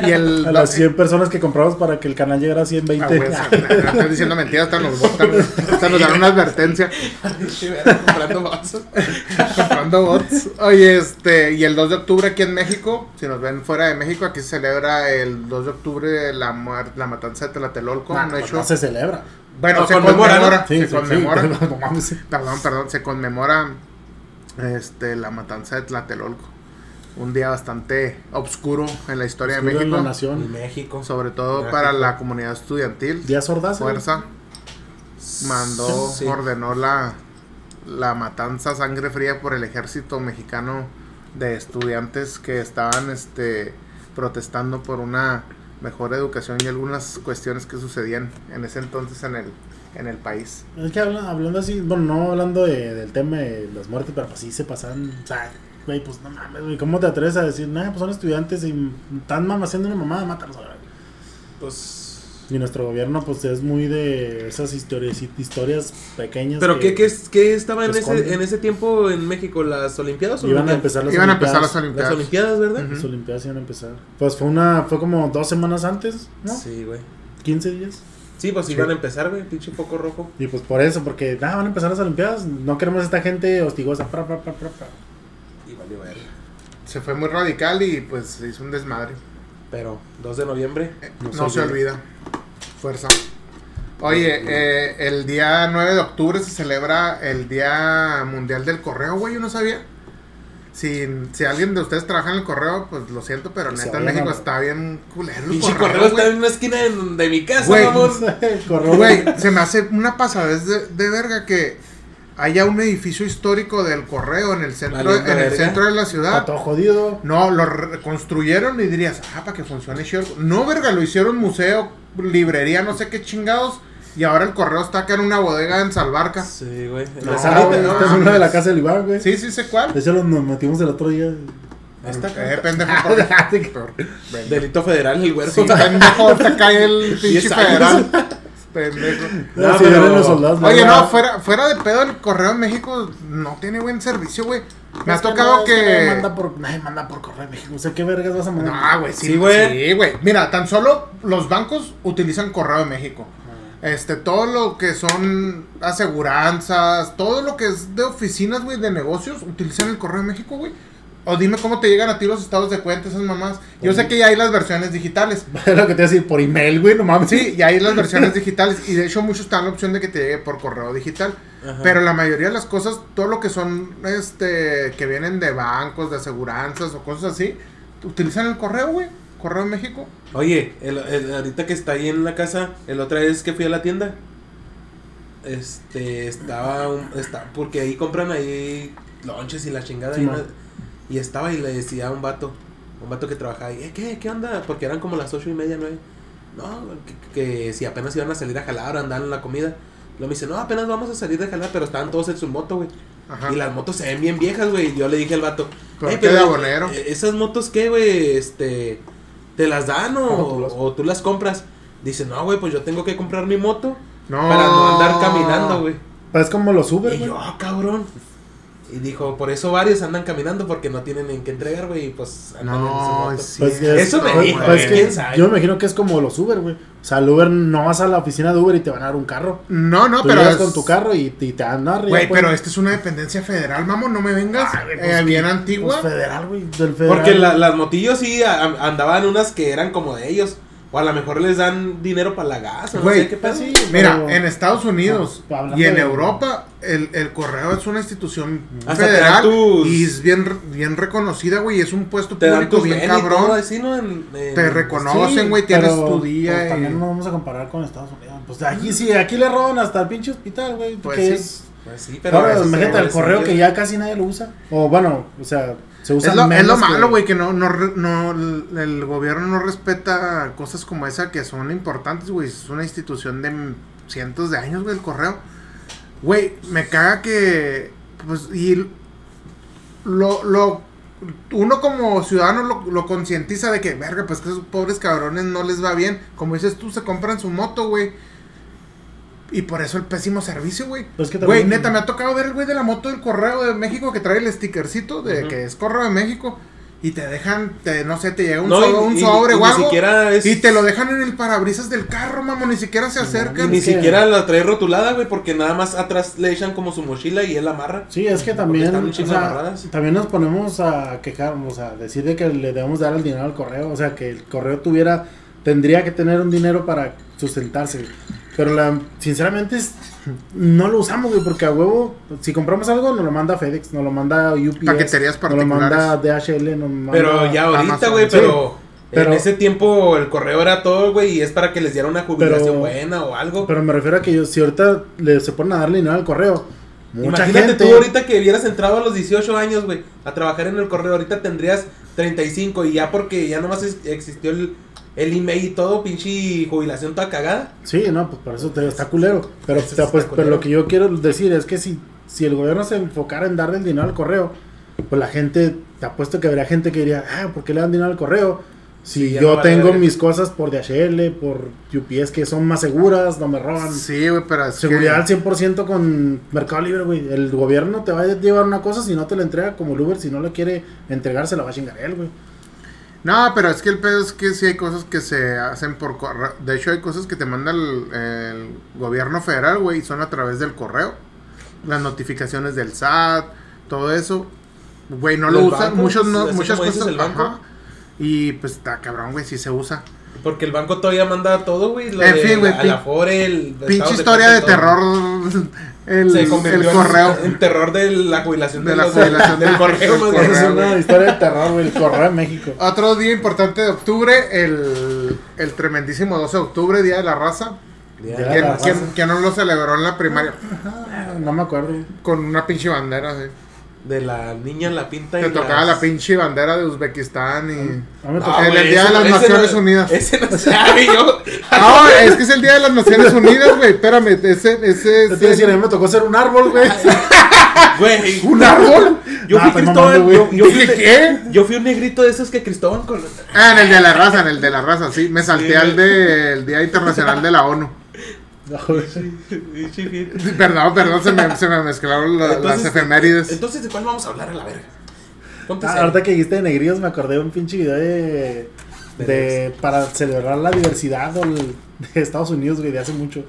Speaker 1: Y el. la-
Speaker 4: A las 100 personas que compramos para que el canal llegara a
Speaker 1: Ah, güey,
Speaker 4: 120.
Speaker 1: o sea, no estoy diciendo mentiras, hasta nos botan, güey. hasta nos dan una advertencia.
Speaker 3: Sí, ¿verdad? Comprando vasos.
Speaker 1: Comprando bots. Oye, este, y el 2 de octubre aquí en México, si nos ven fuera de México, aquí se celebra el 2 de octubre la muerte, la matanza de Tlatelolco.
Speaker 4: Ah,
Speaker 1: un
Speaker 4: no,
Speaker 1: hecho-
Speaker 4: no se celebra.
Speaker 1: Bueno,
Speaker 3: No,
Speaker 1: se
Speaker 3: conmemora,
Speaker 1: conmemora,
Speaker 3: ¿no?
Speaker 4: Sí,
Speaker 1: se
Speaker 4: sí,
Speaker 1: conmemora.
Speaker 4: sí, no mames.
Speaker 1: Perdón, perdón, se conmemora este, la matanza de Tlatelolco. Un día bastante obscuro en la historia
Speaker 4: Escudo
Speaker 1: de
Speaker 4: en la
Speaker 1: México,
Speaker 4: nación.
Speaker 3: México.
Speaker 1: sobre todo
Speaker 3: México.
Speaker 1: para la comunidad estudiantil.
Speaker 4: Díaz Ordaz. ¿eh?
Speaker 1: Fuerza mandó,
Speaker 3: Sí.
Speaker 1: ordenó la, la matanza a sangre fría por el ejército mexicano de estudiantes que estaban este, protestando por una mejor educación y algunas cuestiones que sucedían en ese entonces en el, en el país.
Speaker 4: Es que habla- hablando así, bueno, no hablando de- del tema de las muertes, pero pues sí se pasan. O sea, güey, pues no mames, güey, ¿cómo te atreves a decir, nah, pues son estudiantes y están mam- haciendo una mamada, mátalos ahora, güey"?
Speaker 3: Pues.
Speaker 4: Y nuestro gobierno, pues es muy de esas historias, historias pequeñas.
Speaker 3: ¿Pero qué, qué, es- qué estaba en
Speaker 4: Se
Speaker 3: ese,
Speaker 4: esconden.
Speaker 3: en ese tiempo en México? ¿Las Olimpiadas o
Speaker 4: Iban a
Speaker 3: qué?
Speaker 4: empezar las
Speaker 1: Iban a empezar las
Speaker 4: Olimpiadas.
Speaker 1: Olimpiadas.
Speaker 3: Las Olimpiadas, ¿verdad?
Speaker 1: Ujú.
Speaker 4: Las Olimpiadas iban a empezar. Pues fue una, fue como dos semanas antes, ¿no?
Speaker 3: Sí, güey.
Speaker 4: 15 días.
Speaker 3: Sí, pues iban a empezar, güey. Pinche poco rojo.
Speaker 4: Y pues por eso, porque, nah, van a empezar las Olimpiadas, no queremos esta gente hostigosa, pra, pra, pra, pra, pra.
Speaker 3: Y valió verga.
Speaker 1: Se fue muy radical y pues se hizo un desmadre.
Speaker 3: Pero 2 de noviembre.
Speaker 1: Eh,
Speaker 4: No
Speaker 1: No,
Speaker 4: se
Speaker 1: se olvida. Fuerza. Oye, eh, el día 9 de octubre se celebra el Día Mundial del Correo, güey, yo no sabía. Si, si alguien de ustedes trabaja en el correo, pues lo siento, pero
Speaker 4: Que se
Speaker 1: neta en
Speaker 4: vayan
Speaker 1: México
Speaker 4: a-
Speaker 1: está bien culero. El
Speaker 3: Pinche
Speaker 1: correo,
Speaker 3: correo está
Speaker 1: güey.
Speaker 3: en una esquina de, de mi casa,
Speaker 1: Güey.
Speaker 3: mamón.
Speaker 4: Correo.
Speaker 1: Güey, se me hace una pasadez de, de verga que haya un edificio histórico del correo en el centro,
Speaker 3: Valiendo
Speaker 1: en el
Speaker 3: verga.
Speaker 1: centro de la ciudad.
Speaker 4: Está todo jodido.
Speaker 1: No, lo reconstruyeron y dirías, ah, para que funcione Sherwood. No, verga, lo hicieron museo, librería, no sé qué chingados. Y ahora el correo está acá en una bodega en Salvarca.
Speaker 3: Sí, güey. En
Speaker 1: No,
Speaker 3: la
Speaker 4: Esa
Speaker 3: salita,
Speaker 1: güey,
Speaker 4: es
Speaker 1: no
Speaker 4: esta es
Speaker 1: mames.
Speaker 4: una de la casa del Iván, güey.
Speaker 1: Sí, sí, sé cuál.
Speaker 4: De hecho, lo- nos metimos el otro día.
Speaker 3: Hasta acá.
Speaker 1: Eh, pendejo, corre.
Speaker 3: Ah,
Speaker 1: Pendejo.
Speaker 3: Delito federal, el güero.
Speaker 1: Sí, pendejo, hasta cae el pinche
Speaker 3: Diez años.
Speaker 1: federal. Pendejo.
Speaker 3: No,
Speaker 4: No,
Speaker 3: pero-
Speaker 4: Ah, los soldados.
Speaker 1: Oye, no,
Speaker 4: ¿verdad?
Speaker 1: fuera, fuera de pedo, el correo en México no tiene buen servicio, güey. Me
Speaker 4: Es
Speaker 1: ha
Speaker 4: que
Speaker 1: tocado
Speaker 4: no, es nadie
Speaker 1: que.
Speaker 4: manda por, nadie manda por correo, México. O sea, ¿qué vergas vas a mandar?
Speaker 1: No, güey, sí,
Speaker 3: Sí,
Speaker 1: güey.
Speaker 3: güey.
Speaker 1: Sí, güey. Mira, tan solo los bancos utilizan Correo de México. Este, todo lo que son aseguranzas, todo lo que es de oficinas, güey, de negocios, utilizan el Correo de México, güey. O dime cómo te llegan a ti los estados de cuenta, esas mamás. Yo sé que ya hay las versiones digitales.
Speaker 4: Es lo que te iba a decir, por email, güey, no mames.
Speaker 1: Sí, ya hay las versiones digitales. Y de hecho, muchos están la opción de que te llegue por correo digital. Pero la mayoría de las cosas, todo lo que son, este, que vienen de bancos, de aseguranzas o cosas así, utilizan el correo, güey. Correo de México.
Speaker 3: Oye, el- el- ahorita que está ahí en la casa, el otra vez que fui a la tienda, este, estaba, un- está, porque ahí compran ahí lonches y la chingada. y,
Speaker 4: Simón.
Speaker 3: una- y estaba y le decía a un vato, un vato que trabajaba ahí, "Eh, ¿qué, qué onda? Porque eran como las ocho y media, nueve. No, que, que si apenas iban a salir a jalar, andaban en la comida. Luego me dice, no, apenas vamos a salir de jalar, pero estaban todos en su moto, güey.
Speaker 1: Ajá.
Speaker 3: Y las motos se ven bien viejas, güey. Y Yo le dije al vato,
Speaker 1: Pero
Speaker 3: "Eh,
Speaker 1: qué de abonero".
Speaker 3: eh, ¿Esas motos qué, güey? Este, ¿te las dan o,
Speaker 4: Ojo, tú las-
Speaker 3: o tú las compras? Dice, no, güey, pues yo tengo que comprar mi moto
Speaker 1: No.
Speaker 3: para no andar caminando, güey.
Speaker 4: Pues es como los Uber,
Speaker 3: Y
Speaker 4: güey.
Speaker 3: yo, "Ah, cabrón. Y dijo, por eso varios andan caminando porque no tienen en qué entregar, güey. Y pues andan
Speaker 1: No,
Speaker 3: en
Speaker 1: es
Speaker 3: su moto.
Speaker 4: Pues
Speaker 1: cierto,
Speaker 4: es-
Speaker 3: Eso me
Speaker 1: güey.
Speaker 3: dijo,
Speaker 4: Pues es
Speaker 3: güey,
Speaker 4: que
Speaker 1: ¿eh?
Speaker 3: quién sabe.
Speaker 4: yo me imagino que es como los Uber, güey. O sea, el Uber no vas a la oficina de Uber y te van a dar un carro.
Speaker 1: No, no,
Speaker 4: Tú
Speaker 1: pero.
Speaker 4: llegas
Speaker 1: es-
Speaker 4: con tu carro y, y te pues. van a dar.
Speaker 1: Güey, pero esta es una dependencia federal, mamón, no me vengas.
Speaker 4: Ay, güey,
Speaker 1: Eh,
Speaker 4: pues,
Speaker 1: bien
Speaker 4: Pues
Speaker 1: antigua.
Speaker 4: federal, güey. Del federal.
Speaker 3: Porque la- las motillos sí a- andaban unas que eran como de ellos. O a lo mejor les dan dinero para la gas, o no
Speaker 1: Güey,
Speaker 3: sé qué pedo.
Speaker 4: sí.
Speaker 1: Mira,
Speaker 4: Pero-
Speaker 1: en este, Estados Unidos
Speaker 4: Ah, hablando
Speaker 1: y en
Speaker 4: de-
Speaker 1: Europa, el, el correo es una institución
Speaker 3: Hasta te dan
Speaker 1: federal
Speaker 3: tus-
Speaker 1: y es bien, bien reconocida, güey. y Es un puesto
Speaker 3: Te dan
Speaker 1: público
Speaker 3: tus
Speaker 1: bien
Speaker 3: ven y todo
Speaker 1: cabrón.
Speaker 3: así, ¿no? En- en-
Speaker 1: Te reconocen, güey. tienes
Speaker 4: pues pero,
Speaker 1: tu día.
Speaker 4: pues,
Speaker 1: y-
Speaker 4: También no vamos a comparar con Estados Unidos. Pues aquí sí, aquí le roban hasta el pinche hospital, güey.
Speaker 1: Pues
Speaker 4: que
Speaker 1: sí.
Speaker 4: es-
Speaker 3: Pues sí, pero.
Speaker 4: Ahora,
Speaker 3: eso se
Speaker 4: imagínate
Speaker 3: vale,
Speaker 4: el correo
Speaker 3: sí,
Speaker 4: que ya casi nadie lo usa. O bueno, o sea, se usa
Speaker 1: Es lo, es
Speaker 4: menos
Speaker 1: lo
Speaker 4: que-
Speaker 1: malo, güey, que no, no, re- no, el el gobierno no respeta cosas como esa que son importantes, güey. Es una institución de m- cientos de años, güey, el correo. Güey, me caga que, pues, y l- lo, lo, uno como ciudadano lo, lo concientiza de que, verga, pues que esos pobres cabrones no les va bien. Como dices tú, se compran su moto, güey. Y por eso el pésimo servicio, güey.
Speaker 4: Pues que
Speaker 1: Güey,
Speaker 4: también-
Speaker 1: neta, me ha tocado ver el güey de la moto del correo de México que trae el stickercito de
Speaker 3: Ujú.
Speaker 1: que es correo de México y te dejan, te, no sé, te llega un,
Speaker 3: No,
Speaker 1: sobre,
Speaker 3: y-
Speaker 1: un
Speaker 3: y-
Speaker 1: sobre
Speaker 3: y
Speaker 1: o
Speaker 3: ni
Speaker 1: algo,
Speaker 3: siquiera es-
Speaker 1: y te lo dejan en el parabrisas del carro, mamo, ni siquiera se acercan.
Speaker 3: Ni
Speaker 4: Es que-
Speaker 3: siquiera la trae rotulada, güey, porque nada más atrás le echan como su mochila y él la amarra.
Speaker 4: Sí, es que
Speaker 3: Porque
Speaker 4: también,
Speaker 3: están un
Speaker 4: o
Speaker 3: chingo
Speaker 4: sea,
Speaker 3: amarradas.
Speaker 4: también nos ponemos a quejarnos, a decir de que le debemos dar el dinero al correo, o sea, que el correo tuviera, tendría que tener un dinero para sustentarse. güey. Pero la, sinceramente es- no lo usamos, güey, porque a huevo, si compramos algo, nos lo manda FedEx, nos lo manda UPS,
Speaker 1: Paqueterías
Speaker 4: nos lo manda
Speaker 1: particulares.
Speaker 4: DHL, nos manda...
Speaker 3: Pero ya ahorita,
Speaker 1: Amazon.
Speaker 3: güey,
Speaker 4: Sí,
Speaker 3: pero,
Speaker 4: pero-
Speaker 3: en ese tiempo el correo era todo, güey, y es para que les diera una jubilación
Speaker 4: Pero-
Speaker 3: buena o algo.
Speaker 4: Pero me refiero a que yo- si ahorita le, se ponen a darle dinero al correo, mucha
Speaker 3: Imagínate
Speaker 4: gente...
Speaker 3: tú ahorita que hubieras entrado a los 18 años, güey, a trabajar en el correo. Ahorita tendrías 35 y ya porque ya nomás es- existió el, el email y todo, pinche jubilación toda cagada.
Speaker 4: Sí, no, pues por eso te, está culero. Pero,
Speaker 3: Eso
Speaker 4: o sea,
Speaker 3: sí
Speaker 4: pues,
Speaker 3: está
Speaker 4: pero
Speaker 3: culero.
Speaker 4: lo que yo quiero decir es que si, si el gobierno se enfocara en darle el dinero al correo, pues la gente, te apuesto que habría gente que diría, ah, ¿por qué le dan dinero al correo? Si
Speaker 3: Sí, ya
Speaker 4: yo
Speaker 3: no vale
Speaker 4: tengo
Speaker 3: verga".
Speaker 4: mis cosas por DHL, por UPS que son más seguras, no me roban.
Speaker 1: Sí, güey, pero es que-
Speaker 4: Seguridad al 100% con Mercado Libre, güey. El gobierno te va a llevar una cosa si no te la entrega como el Uber, si no le quiere entregar, se la va a chingar él, güey.
Speaker 1: No, pero es que el pedo es que sí hay cosas que se hacen por correo. De hecho, hay cosas que te manda el, el gobierno federal, güey, y son a través del correo. Las notificaciones del SAT, todo eso. Güey, no lo
Speaker 3: Del
Speaker 1: usan.
Speaker 3: banco,
Speaker 1: Muchos no,
Speaker 3: así
Speaker 1: muchas
Speaker 3: como
Speaker 1: cosas.
Speaker 3: dices, el banco.
Speaker 1: ajá. Y pues está cabrón, güey, sí se usa.
Speaker 3: Porque el banco todavía manda todo, güey. lo
Speaker 1: En
Speaker 3: de
Speaker 1: fin, güey,
Speaker 3: la-
Speaker 1: pin-
Speaker 3: la Afore, el estado
Speaker 1: Pinche historia
Speaker 3: cuenta y
Speaker 1: de
Speaker 3: todo.
Speaker 1: terror. El,
Speaker 3: Se convirtió
Speaker 1: el
Speaker 3: en-
Speaker 1: correo.
Speaker 3: En, terror de la jubilación
Speaker 1: De
Speaker 3: de
Speaker 1: la
Speaker 3: los-
Speaker 1: jubilación
Speaker 3: del
Speaker 1: del-
Speaker 3: correo,
Speaker 1: del
Speaker 3: más
Speaker 1: correo.
Speaker 3: bien.
Speaker 4: es una
Speaker 1: güey.
Speaker 4: historia de terror, güey. El correo de México.
Speaker 1: Otro día importante de octubre, el, el tremendísimo 12 de octubre, Día de la Raza.
Speaker 4: Día
Speaker 3: Ya,
Speaker 4: de
Speaker 1: ¿Quién,
Speaker 4: la
Speaker 1: quién-
Speaker 4: Raza.
Speaker 1: quién no lo celebró en la primaria?
Speaker 4: Ah, No me acuerdo, güey.
Speaker 1: Con una pinche bandera, sí.
Speaker 3: De la niña en la pinta
Speaker 1: Te
Speaker 3: y
Speaker 1: tocaba
Speaker 3: las-
Speaker 1: la pinche bandera de Uzbekistán y...
Speaker 4: A mí me
Speaker 3: Ah,
Speaker 4: tocó-
Speaker 1: el
Speaker 3: güey,
Speaker 1: Día de las
Speaker 3: ese no- ese
Speaker 1: Naciones
Speaker 3: no-
Speaker 1: Unidas.
Speaker 3: Ese no sabe yo.
Speaker 1: Ah, es que es el Día de las Naciones Unidas, güey. Espérame, ese... ese,
Speaker 4: Yo te iba a decir, a mí me tocó ser un árbol, güey.
Speaker 3: Güey,
Speaker 1: ¿Un árbol?
Speaker 3: yo
Speaker 4: Nah, estoy
Speaker 3: fui Cristóbal.
Speaker 4: mamando, pues, güey.
Speaker 3: Yo, yo fui,
Speaker 1: ¿Dije qué?
Speaker 3: yo fui un negrito de esos que Cristóbal con.
Speaker 1: Ah, en el de la raza, en el de la raza, sí. Me salté
Speaker 3: Sí.
Speaker 1: al del Día Internacional de la ONU.
Speaker 4: No, güey.
Speaker 1: Perdón, perdón, se me, se me mezclaron la- las
Speaker 3: Entonces-
Speaker 1: efemérides.
Speaker 3: Entonces, ¿de cuál vamos a hablar a la verga? Ponte
Speaker 4: Ah,
Speaker 3: serio.
Speaker 4: ahorita que dijiste de negrillos, me acordé de un pinche video de.
Speaker 3: De
Speaker 4: de para celebrar la diversidad o el- de Estados Unidos, güey, de hace mucho.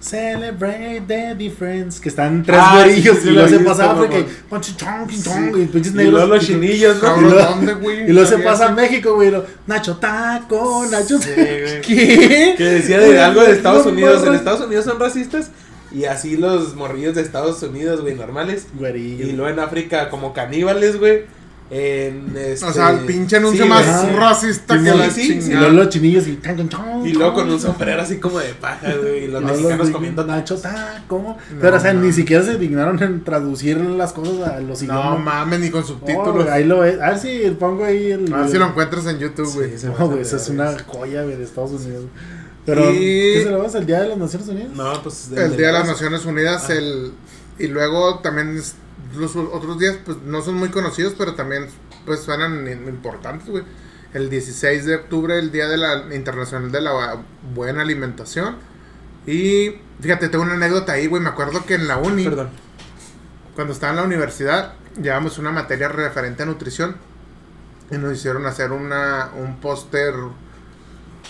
Speaker 4: Celebrate the difference. Que están tres
Speaker 3: Ah,
Speaker 4: gorillos
Speaker 3: sí, sí,
Speaker 4: y
Speaker 3: lo
Speaker 4: luego
Speaker 3: he
Speaker 4: se
Speaker 3: visto,
Speaker 4: pasa a África y.
Speaker 3: mamón.
Speaker 4: "Ponche chong, ching
Speaker 3: Sí.
Speaker 4: chong", Y pinches
Speaker 3: Y luego
Speaker 4: negros.
Speaker 3: los chinillos, ¿no?
Speaker 4: Y
Speaker 1: Cabrón,
Speaker 4: luego-
Speaker 1: ¿dónde, güey?
Speaker 4: y luego se
Speaker 1: Sabía
Speaker 4: pasa a
Speaker 1: eso.
Speaker 4: México, güey. y luego, Nacho Taco, Nacho.
Speaker 3: Sí, güey.
Speaker 1: ¿Qué?
Speaker 3: Que decía de algo de Estados
Speaker 4: No,
Speaker 3: Unidos. En
Speaker 4: morra.
Speaker 3: Estados Unidos son racistas. Y así los morrillos de Estados Unidos, güey, normales.
Speaker 4: Güerillo.
Speaker 3: Y luego en África, como caníbales, güey. En este...
Speaker 1: O sea, el pinche anuncio
Speaker 3: sí,
Speaker 1: más
Speaker 3: güey.
Speaker 1: racista
Speaker 4: Sí,
Speaker 1: que
Speaker 3: sí,
Speaker 1: la
Speaker 3: sí,
Speaker 4: Y
Speaker 1: chingada.
Speaker 4: luego los chinillos y. "Chong, chong, chong,
Speaker 3: Y luego con
Speaker 4: chong".
Speaker 3: un sombrero así como de paja, güey. Y los
Speaker 4: No,
Speaker 3: mexicanos
Speaker 4: los
Speaker 3: comiendo
Speaker 4: dign- Nacho Taco.
Speaker 1: No,
Speaker 4: Pero, o sea, ni
Speaker 1: no.
Speaker 4: siquiera se dignaron en traducir las cosas a los
Speaker 1: no
Speaker 4: idiomas.
Speaker 1: mames, ni con
Speaker 4: Oh,
Speaker 1: subtítulos.
Speaker 4: güey, ahí lo es. A ver si pongo ahí el.
Speaker 1: A ver si Ah, lo encuentras en YouTube, güey.
Speaker 3: Sí, se
Speaker 4: No,
Speaker 3: pasan
Speaker 4: güey,
Speaker 3: de
Speaker 4: esa es
Speaker 3: vergas.
Speaker 4: una joya, güey, de Estados Unidos. Pero,
Speaker 1: Y-
Speaker 4: ¿qué se lo vas? ¿El Día de las Naciones Unidas?
Speaker 3: No, pues...
Speaker 1: el Día de las Naciones Unidas,
Speaker 3: Ah.
Speaker 1: el y luego también es- los otros días pues no son muy conocidos, pero también pues suenan im- importantes, güey. El 16 de octubre, el Día de la Internacional de la Buena Alimentación. Y fíjate, tengo una anécdota ahí, güey. Me acuerdo que en la uni,
Speaker 3: Perdón.
Speaker 1: cuando estaba en la universidad, llevamos una materia referente a nutrición y nos hicieron hacer una, un póster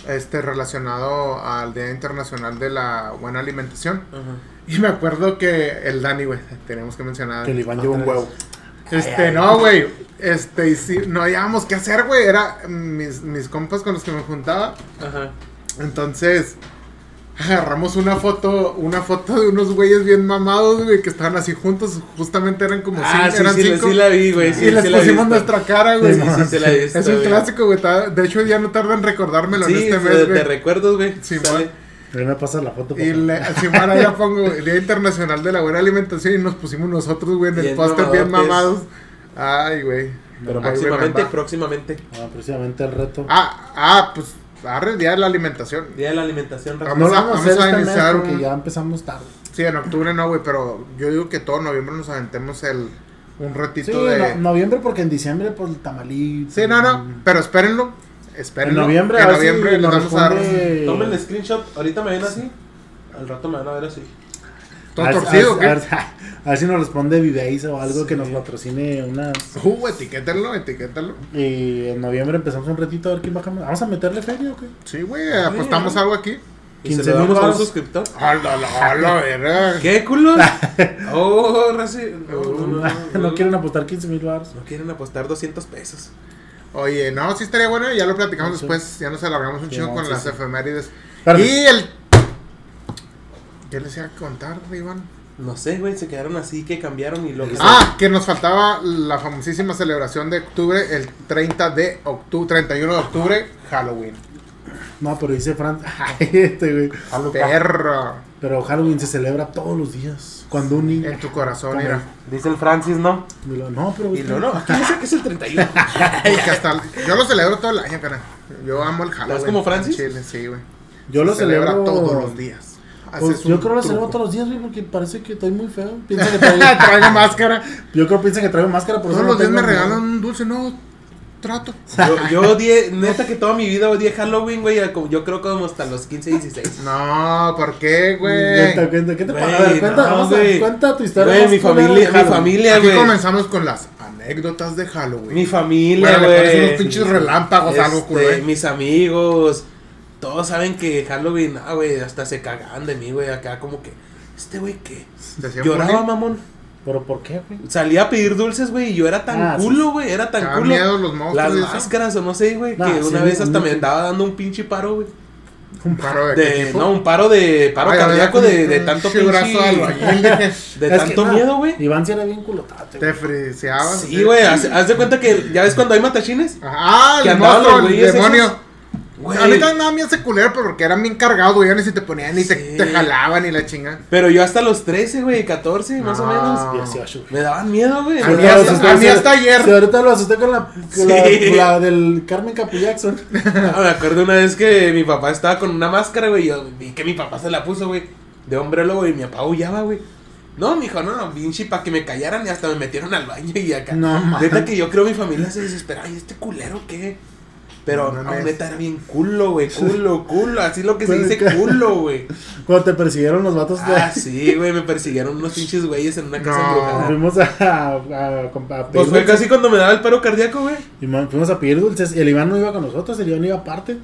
Speaker 1: este, relacionado al Día Internacional de la Buena Alimentación.
Speaker 3: Ajá.
Speaker 1: Y me acuerdo que el Dani, güey, tenemos que mencionar.
Speaker 4: Que el Iván
Speaker 1: Ah,
Speaker 4: lleva un
Speaker 1: tenés.
Speaker 4: huevo.
Speaker 1: Este, no, güey. Este, y sí, no hallábamos qué hacer, güey. Era mis, mis compas con los que me juntaba.
Speaker 3: Ajá.
Speaker 1: Entonces, agarramos una foto, una foto de unos güeyes bien mamados, güey, que estaban así juntos. Justamente eran como cinco,
Speaker 3: Ah, sí,
Speaker 1: eran
Speaker 3: sí, la-
Speaker 1: cinco.
Speaker 3: sí la vi, güey. Sí,
Speaker 1: y les
Speaker 3: sí la
Speaker 1: pusimos
Speaker 3: vi.
Speaker 1: nuestra cara, güey.
Speaker 3: Sí, sí, sí la vi,
Speaker 1: es
Speaker 3: está
Speaker 1: un
Speaker 3: bien.
Speaker 1: clásico, güey. ta- De hecho, ya no tarda en recordármelo
Speaker 3: Sí,
Speaker 1: en este
Speaker 3: de,
Speaker 1: mes,
Speaker 3: de
Speaker 1: güey.
Speaker 3: recuerdos, güey.
Speaker 1: Sí,
Speaker 3: Sale.
Speaker 1: man.
Speaker 4: Pero me pasa la foto.
Speaker 1: Y
Speaker 4: papá.
Speaker 1: le, sí, bueno, ahí la pongo, güey, Día Internacional de la Buena Alimentación. Y nos pusimos nosotros, güey, en el
Speaker 3: Bien
Speaker 1: póster bien mamados.
Speaker 3: mamadotes.
Speaker 1: Ay, güey.
Speaker 3: Pero
Speaker 1: Ay, güey,
Speaker 3: próximamente,
Speaker 1: mamba.
Speaker 3: próximamente.
Speaker 4: Ah, precisamente el reto.
Speaker 1: Ah, ah, pues, arre, Día de la Alimentación.
Speaker 3: Día de la alimentación. Rafa.
Speaker 1: Vamos
Speaker 4: no lo
Speaker 1: a-
Speaker 4: vamos a
Speaker 1: vamos
Speaker 4: hacer
Speaker 1: a
Speaker 4: este mes
Speaker 1: iniciar
Speaker 4: porque
Speaker 1: un-
Speaker 4: ya empezamos tarde.
Speaker 1: Sí, en octubre no, güey, pero yo digo que todo noviembre nos aventemos el un
Speaker 4: Sí,
Speaker 1: ratito de.
Speaker 4: no- noviembre porque en diciembre pues el Mm. tamalí.
Speaker 1: Sí, no,
Speaker 3: Mm.
Speaker 1: no, pero espérenlo.
Speaker 4: En
Speaker 1: Espérenlo.
Speaker 4: noviembre,
Speaker 1: en noviembre les vamos a dar un-
Speaker 3: Tomen el screenshot. Ahorita me ven así. Al rato me van a ver así.
Speaker 1: todo torcido,
Speaker 4: a,
Speaker 1: ¿qué?
Speaker 4: ver, a ver si nos responde Viveis o algo que
Speaker 3: Sí.
Speaker 4: nos patrocine unas.
Speaker 1: Uh, etiquétenlo, etiquétenlo.
Speaker 4: Y en noviembre empezamos un ratito a ver quién bajamos. ¿Vamos a meterle feria o qué?
Speaker 1: Sí, güey, apostamos algo aquí.
Speaker 3: Y se
Speaker 4: 15,000
Speaker 3: lo damos a un
Speaker 4: varos.
Speaker 3: suscriptor.
Speaker 1: A la, la, a la verga.
Speaker 3: ¿Qué culo? oh, Raci. No, no, no, no.
Speaker 4: no quieren apostar 15 mil baros.
Speaker 3: No quieren apostar 200 pesos.
Speaker 1: Oye, no, sí estaría bueno, ya lo platicamos
Speaker 4: Sí.
Speaker 1: después, ya nos alargamos un
Speaker 4: Sí,
Speaker 1: chingo
Speaker 4: no,
Speaker 1: con
Speaker 4: sí,
Speaker 1: las
Speaker 4: sí.
Speaker 1: efemérides.
Speaker 4: Espérate.
Speaker 1: Y el. ¿Qué les iba a contar, Iván?
Speaker 3: No sé, güey, se quedaron así que cambiaron y lo que
Speaker 1: Ah, que nos faltaba la famosísima celebración de octubre, el 30 de octubre, 31 de octubre, Halloween.
Speaker 4: No, pero dice Fran. Ay, este, güey.
Speaker 1: Perro,
Speaker 4: Pero Halloween se celebra todos los días. Cuando un niño.
Speaker 1: en tu corazón,
Speaker 4: Como
Speaker 1: mira.
Speaker 3: Dice el Francis, ¿no?
Speaker 4: Y lo- No, pero.
Speaker 3: Y no, no, aquí dice que es el 31.
Speaker 1: Porque hasta- yo lo celebro todo el año, cara. Yo amo el Halloween.
Speaker 3: como Francis?
Speaker 1: en Chile, sí, güey.
Speaker 4: Yo lo
Speaker 1: Se celebra
Speaker 4: celebro
Speaker 1: todos los días.
Speaker 4: Pues,
Speaker 1: Haces
Speaker 4: yo
Speaker 1: un
Speaker 4: creo que lo celebro
Speaker 1: truco.
Speaker 4: todos los días, güey, porque parece que estoy muy feo. Piensa que traigo,
Speaker 1: Traigo máscara.
Speaker 4: yo creo que piensa que traigo máscara, por eso
Speaker 1: Todos
Speaker 4: no
Speaker 1: los días
Speaker 4: tengo
Speaker 1: me
Speaker 4: nada.
Speaker 1: regalan un dulce, no trato.
Speaker 3: Yo, yo odié, neta que toda mi vida odié Halloween, güey. a como- Yo creo como hasta los 15, 16.
Speaker 1: No, ¿por qué, güey?
Speaker 4: Cuenta, cuenta, ¿qué te pasa? A
Speaker 3: Güey,
Speaker 4: ver, cuenta,
Speaker 3: no,
Speaker 4: vamos a-
Speaker 3: güey.
Speaker 4: cuenta tu historia.
Speaker 3: Güey,
Speaker 4: más
Speaker 3: mi
Speaker 4: culera de
Speaker 3: familia, mi
Speaker 4: Halloween.
Speaker 3: familia,
Speaker 1: Aquí
Speaker 3: güey.
Speaker 1: comenzamos con las anécdotas de Halloween.
Speaker 3: Mi familia,
Speaker 1: Bueno, le
Speaker 3: güey.
Speaker 1: pones unos pinches relámpagos, algo,
Speaker 3: Este,
Speaker 1: culo, eh.
Speaker 3: Mis amigos. Todos saben que Halloween, ah, güey, hasta se cagaban de mí, güey. Acá como que, este güey, ¿qué?
Speaker 1: Te hacían
Speaker 3: Lloraba,
Speaker 1: bullying.
Speaker 3: mamón.
Speaker 4: ¿Pero por qué, güey?
Speaker 3: Salía a pedir dulces, güey, y yo era tan
Speaker 4: Ah, sí.
Speaker 3: culo, güey, era
Speaker 1: Te
Speaker 3: tan
Speaker 1: dan
Speaker 3: culo.
Speaker 1: miedo los monstruos
Speaker 3: Las
Speaker 1: y eso.
Speaker 3: máscaras o no sé, güey,
Speaker 4: Nah,
Speaker 3: que
Speaker 4: sí,
Speaker 3: una
Speaker 4: a
Speaker 3: vez
Speaker 4: mí
Speaker 3: hasta
Speaker 4: no
Speaker 3: me
Speaker 4: me-
Speaker 3: andaba dando un pinche paro, güey.
Speaker 1: Un paro de, qué
Speaker 3: De,
Speaker 1: tipo?
Speaker 3: no, un paro de, paro
Speaker 1: Ay, a ver,
Speaker 3: cardíaco
Speaker 1: un-
Speaker 3: de, de
Speaker 1: un
Speaker 3: tanto
Speaker 1: pinche
Speaker 3: pinche,
Speaker 1: brazo de albañil, dije,
Speaker 3: de
Speaker 4: Es que,
Speaker 3: tanto
Speaker 4: no,
Speaker 3: miedo, güey.
Speaker 4: Iván sí era bien culotate,
Speaker 1: Te
Speaker 4: güey.
Speaker 1: friseabas.
Speaker 3: Sí, güey, haz, haz de cuenta que, ya ves cuando hay matachines.
Speaker 1: Ah,
Speaker 3: Que
Speaker 1: el
Speaker 3: andaban
Speaker 1: monstruo,
Speaker 3: los
Speaker 1: el
Speaker 3: güeyes
Speaker 1: demonio.
Speaker 3: esos. Güey.
Speaker 1: A mí también nada me hace culero porque eran bien cargados, güey. Ya ni se te ponían, ni te,
Speaker 3: Sí.
Speaker 1: te jalaban, ni la chinga.
Speaker 3: Pero yo hasta los 13, güey, 14, más o
Speaker 1: No.
Speaker 3: menos.
Speaker 4: 18, güey.
Speaker 3: Me daban miedo, güey.
Speaker 1: Ay,
Speaker 3: Me
Speaker 1: mí
Speaker 3: daban-
Speaker 1: Dios. hasta- a mí hasta ayer.
Speaker 4: Sí, ahorita lo asusté con la, con
Speaker 3: Sí.
Speaker 4: la, la del Carmen Capillaxon.
Speaker 3: Ah, me acuerdo una vez que mi papá estaba con una máscara, güey. y Yo vi que mi papá se la puso, güey. De hombre lobo y mi papá huyaba, güey. No, mijo, no, pinche, para que me callaran y hasta me metieron al baño y acá.
Speaker 4: No, ma.
Speaker 3: Neta que yo creo mi familia se desesperaba. Ay, este culero, ¿qué? Pero
Speaker 1: No
Speaker 3: no,
Speaker 1: mames.
Speaker 3: neta era bien culo, güey. Culo, culo. Así lo que se
Speaker 4: Pues,
Speaker 3: dice
Speaker 4: ca-
Speaker 3: culo, güey.
Speaker 4: Cuando te persiguieron los vatos de...
Speaker 3: Ah, sí, güey. Me persiguieron unos pinches güeyes en una casa
Speaker 1: No.
Speaker 3: embrujada.
Speaker 4: Fuimos a, a, a- a pedir
Speaker 3: Pues fue
Speaker 4: dulces.
Speaker 3: casi cuando me daba el paro cardíaco, güey.
Speaker 4: Y ma- fuimos a pedir dulces. Y el Iván no iba con nosotros, el Iván iba aparte.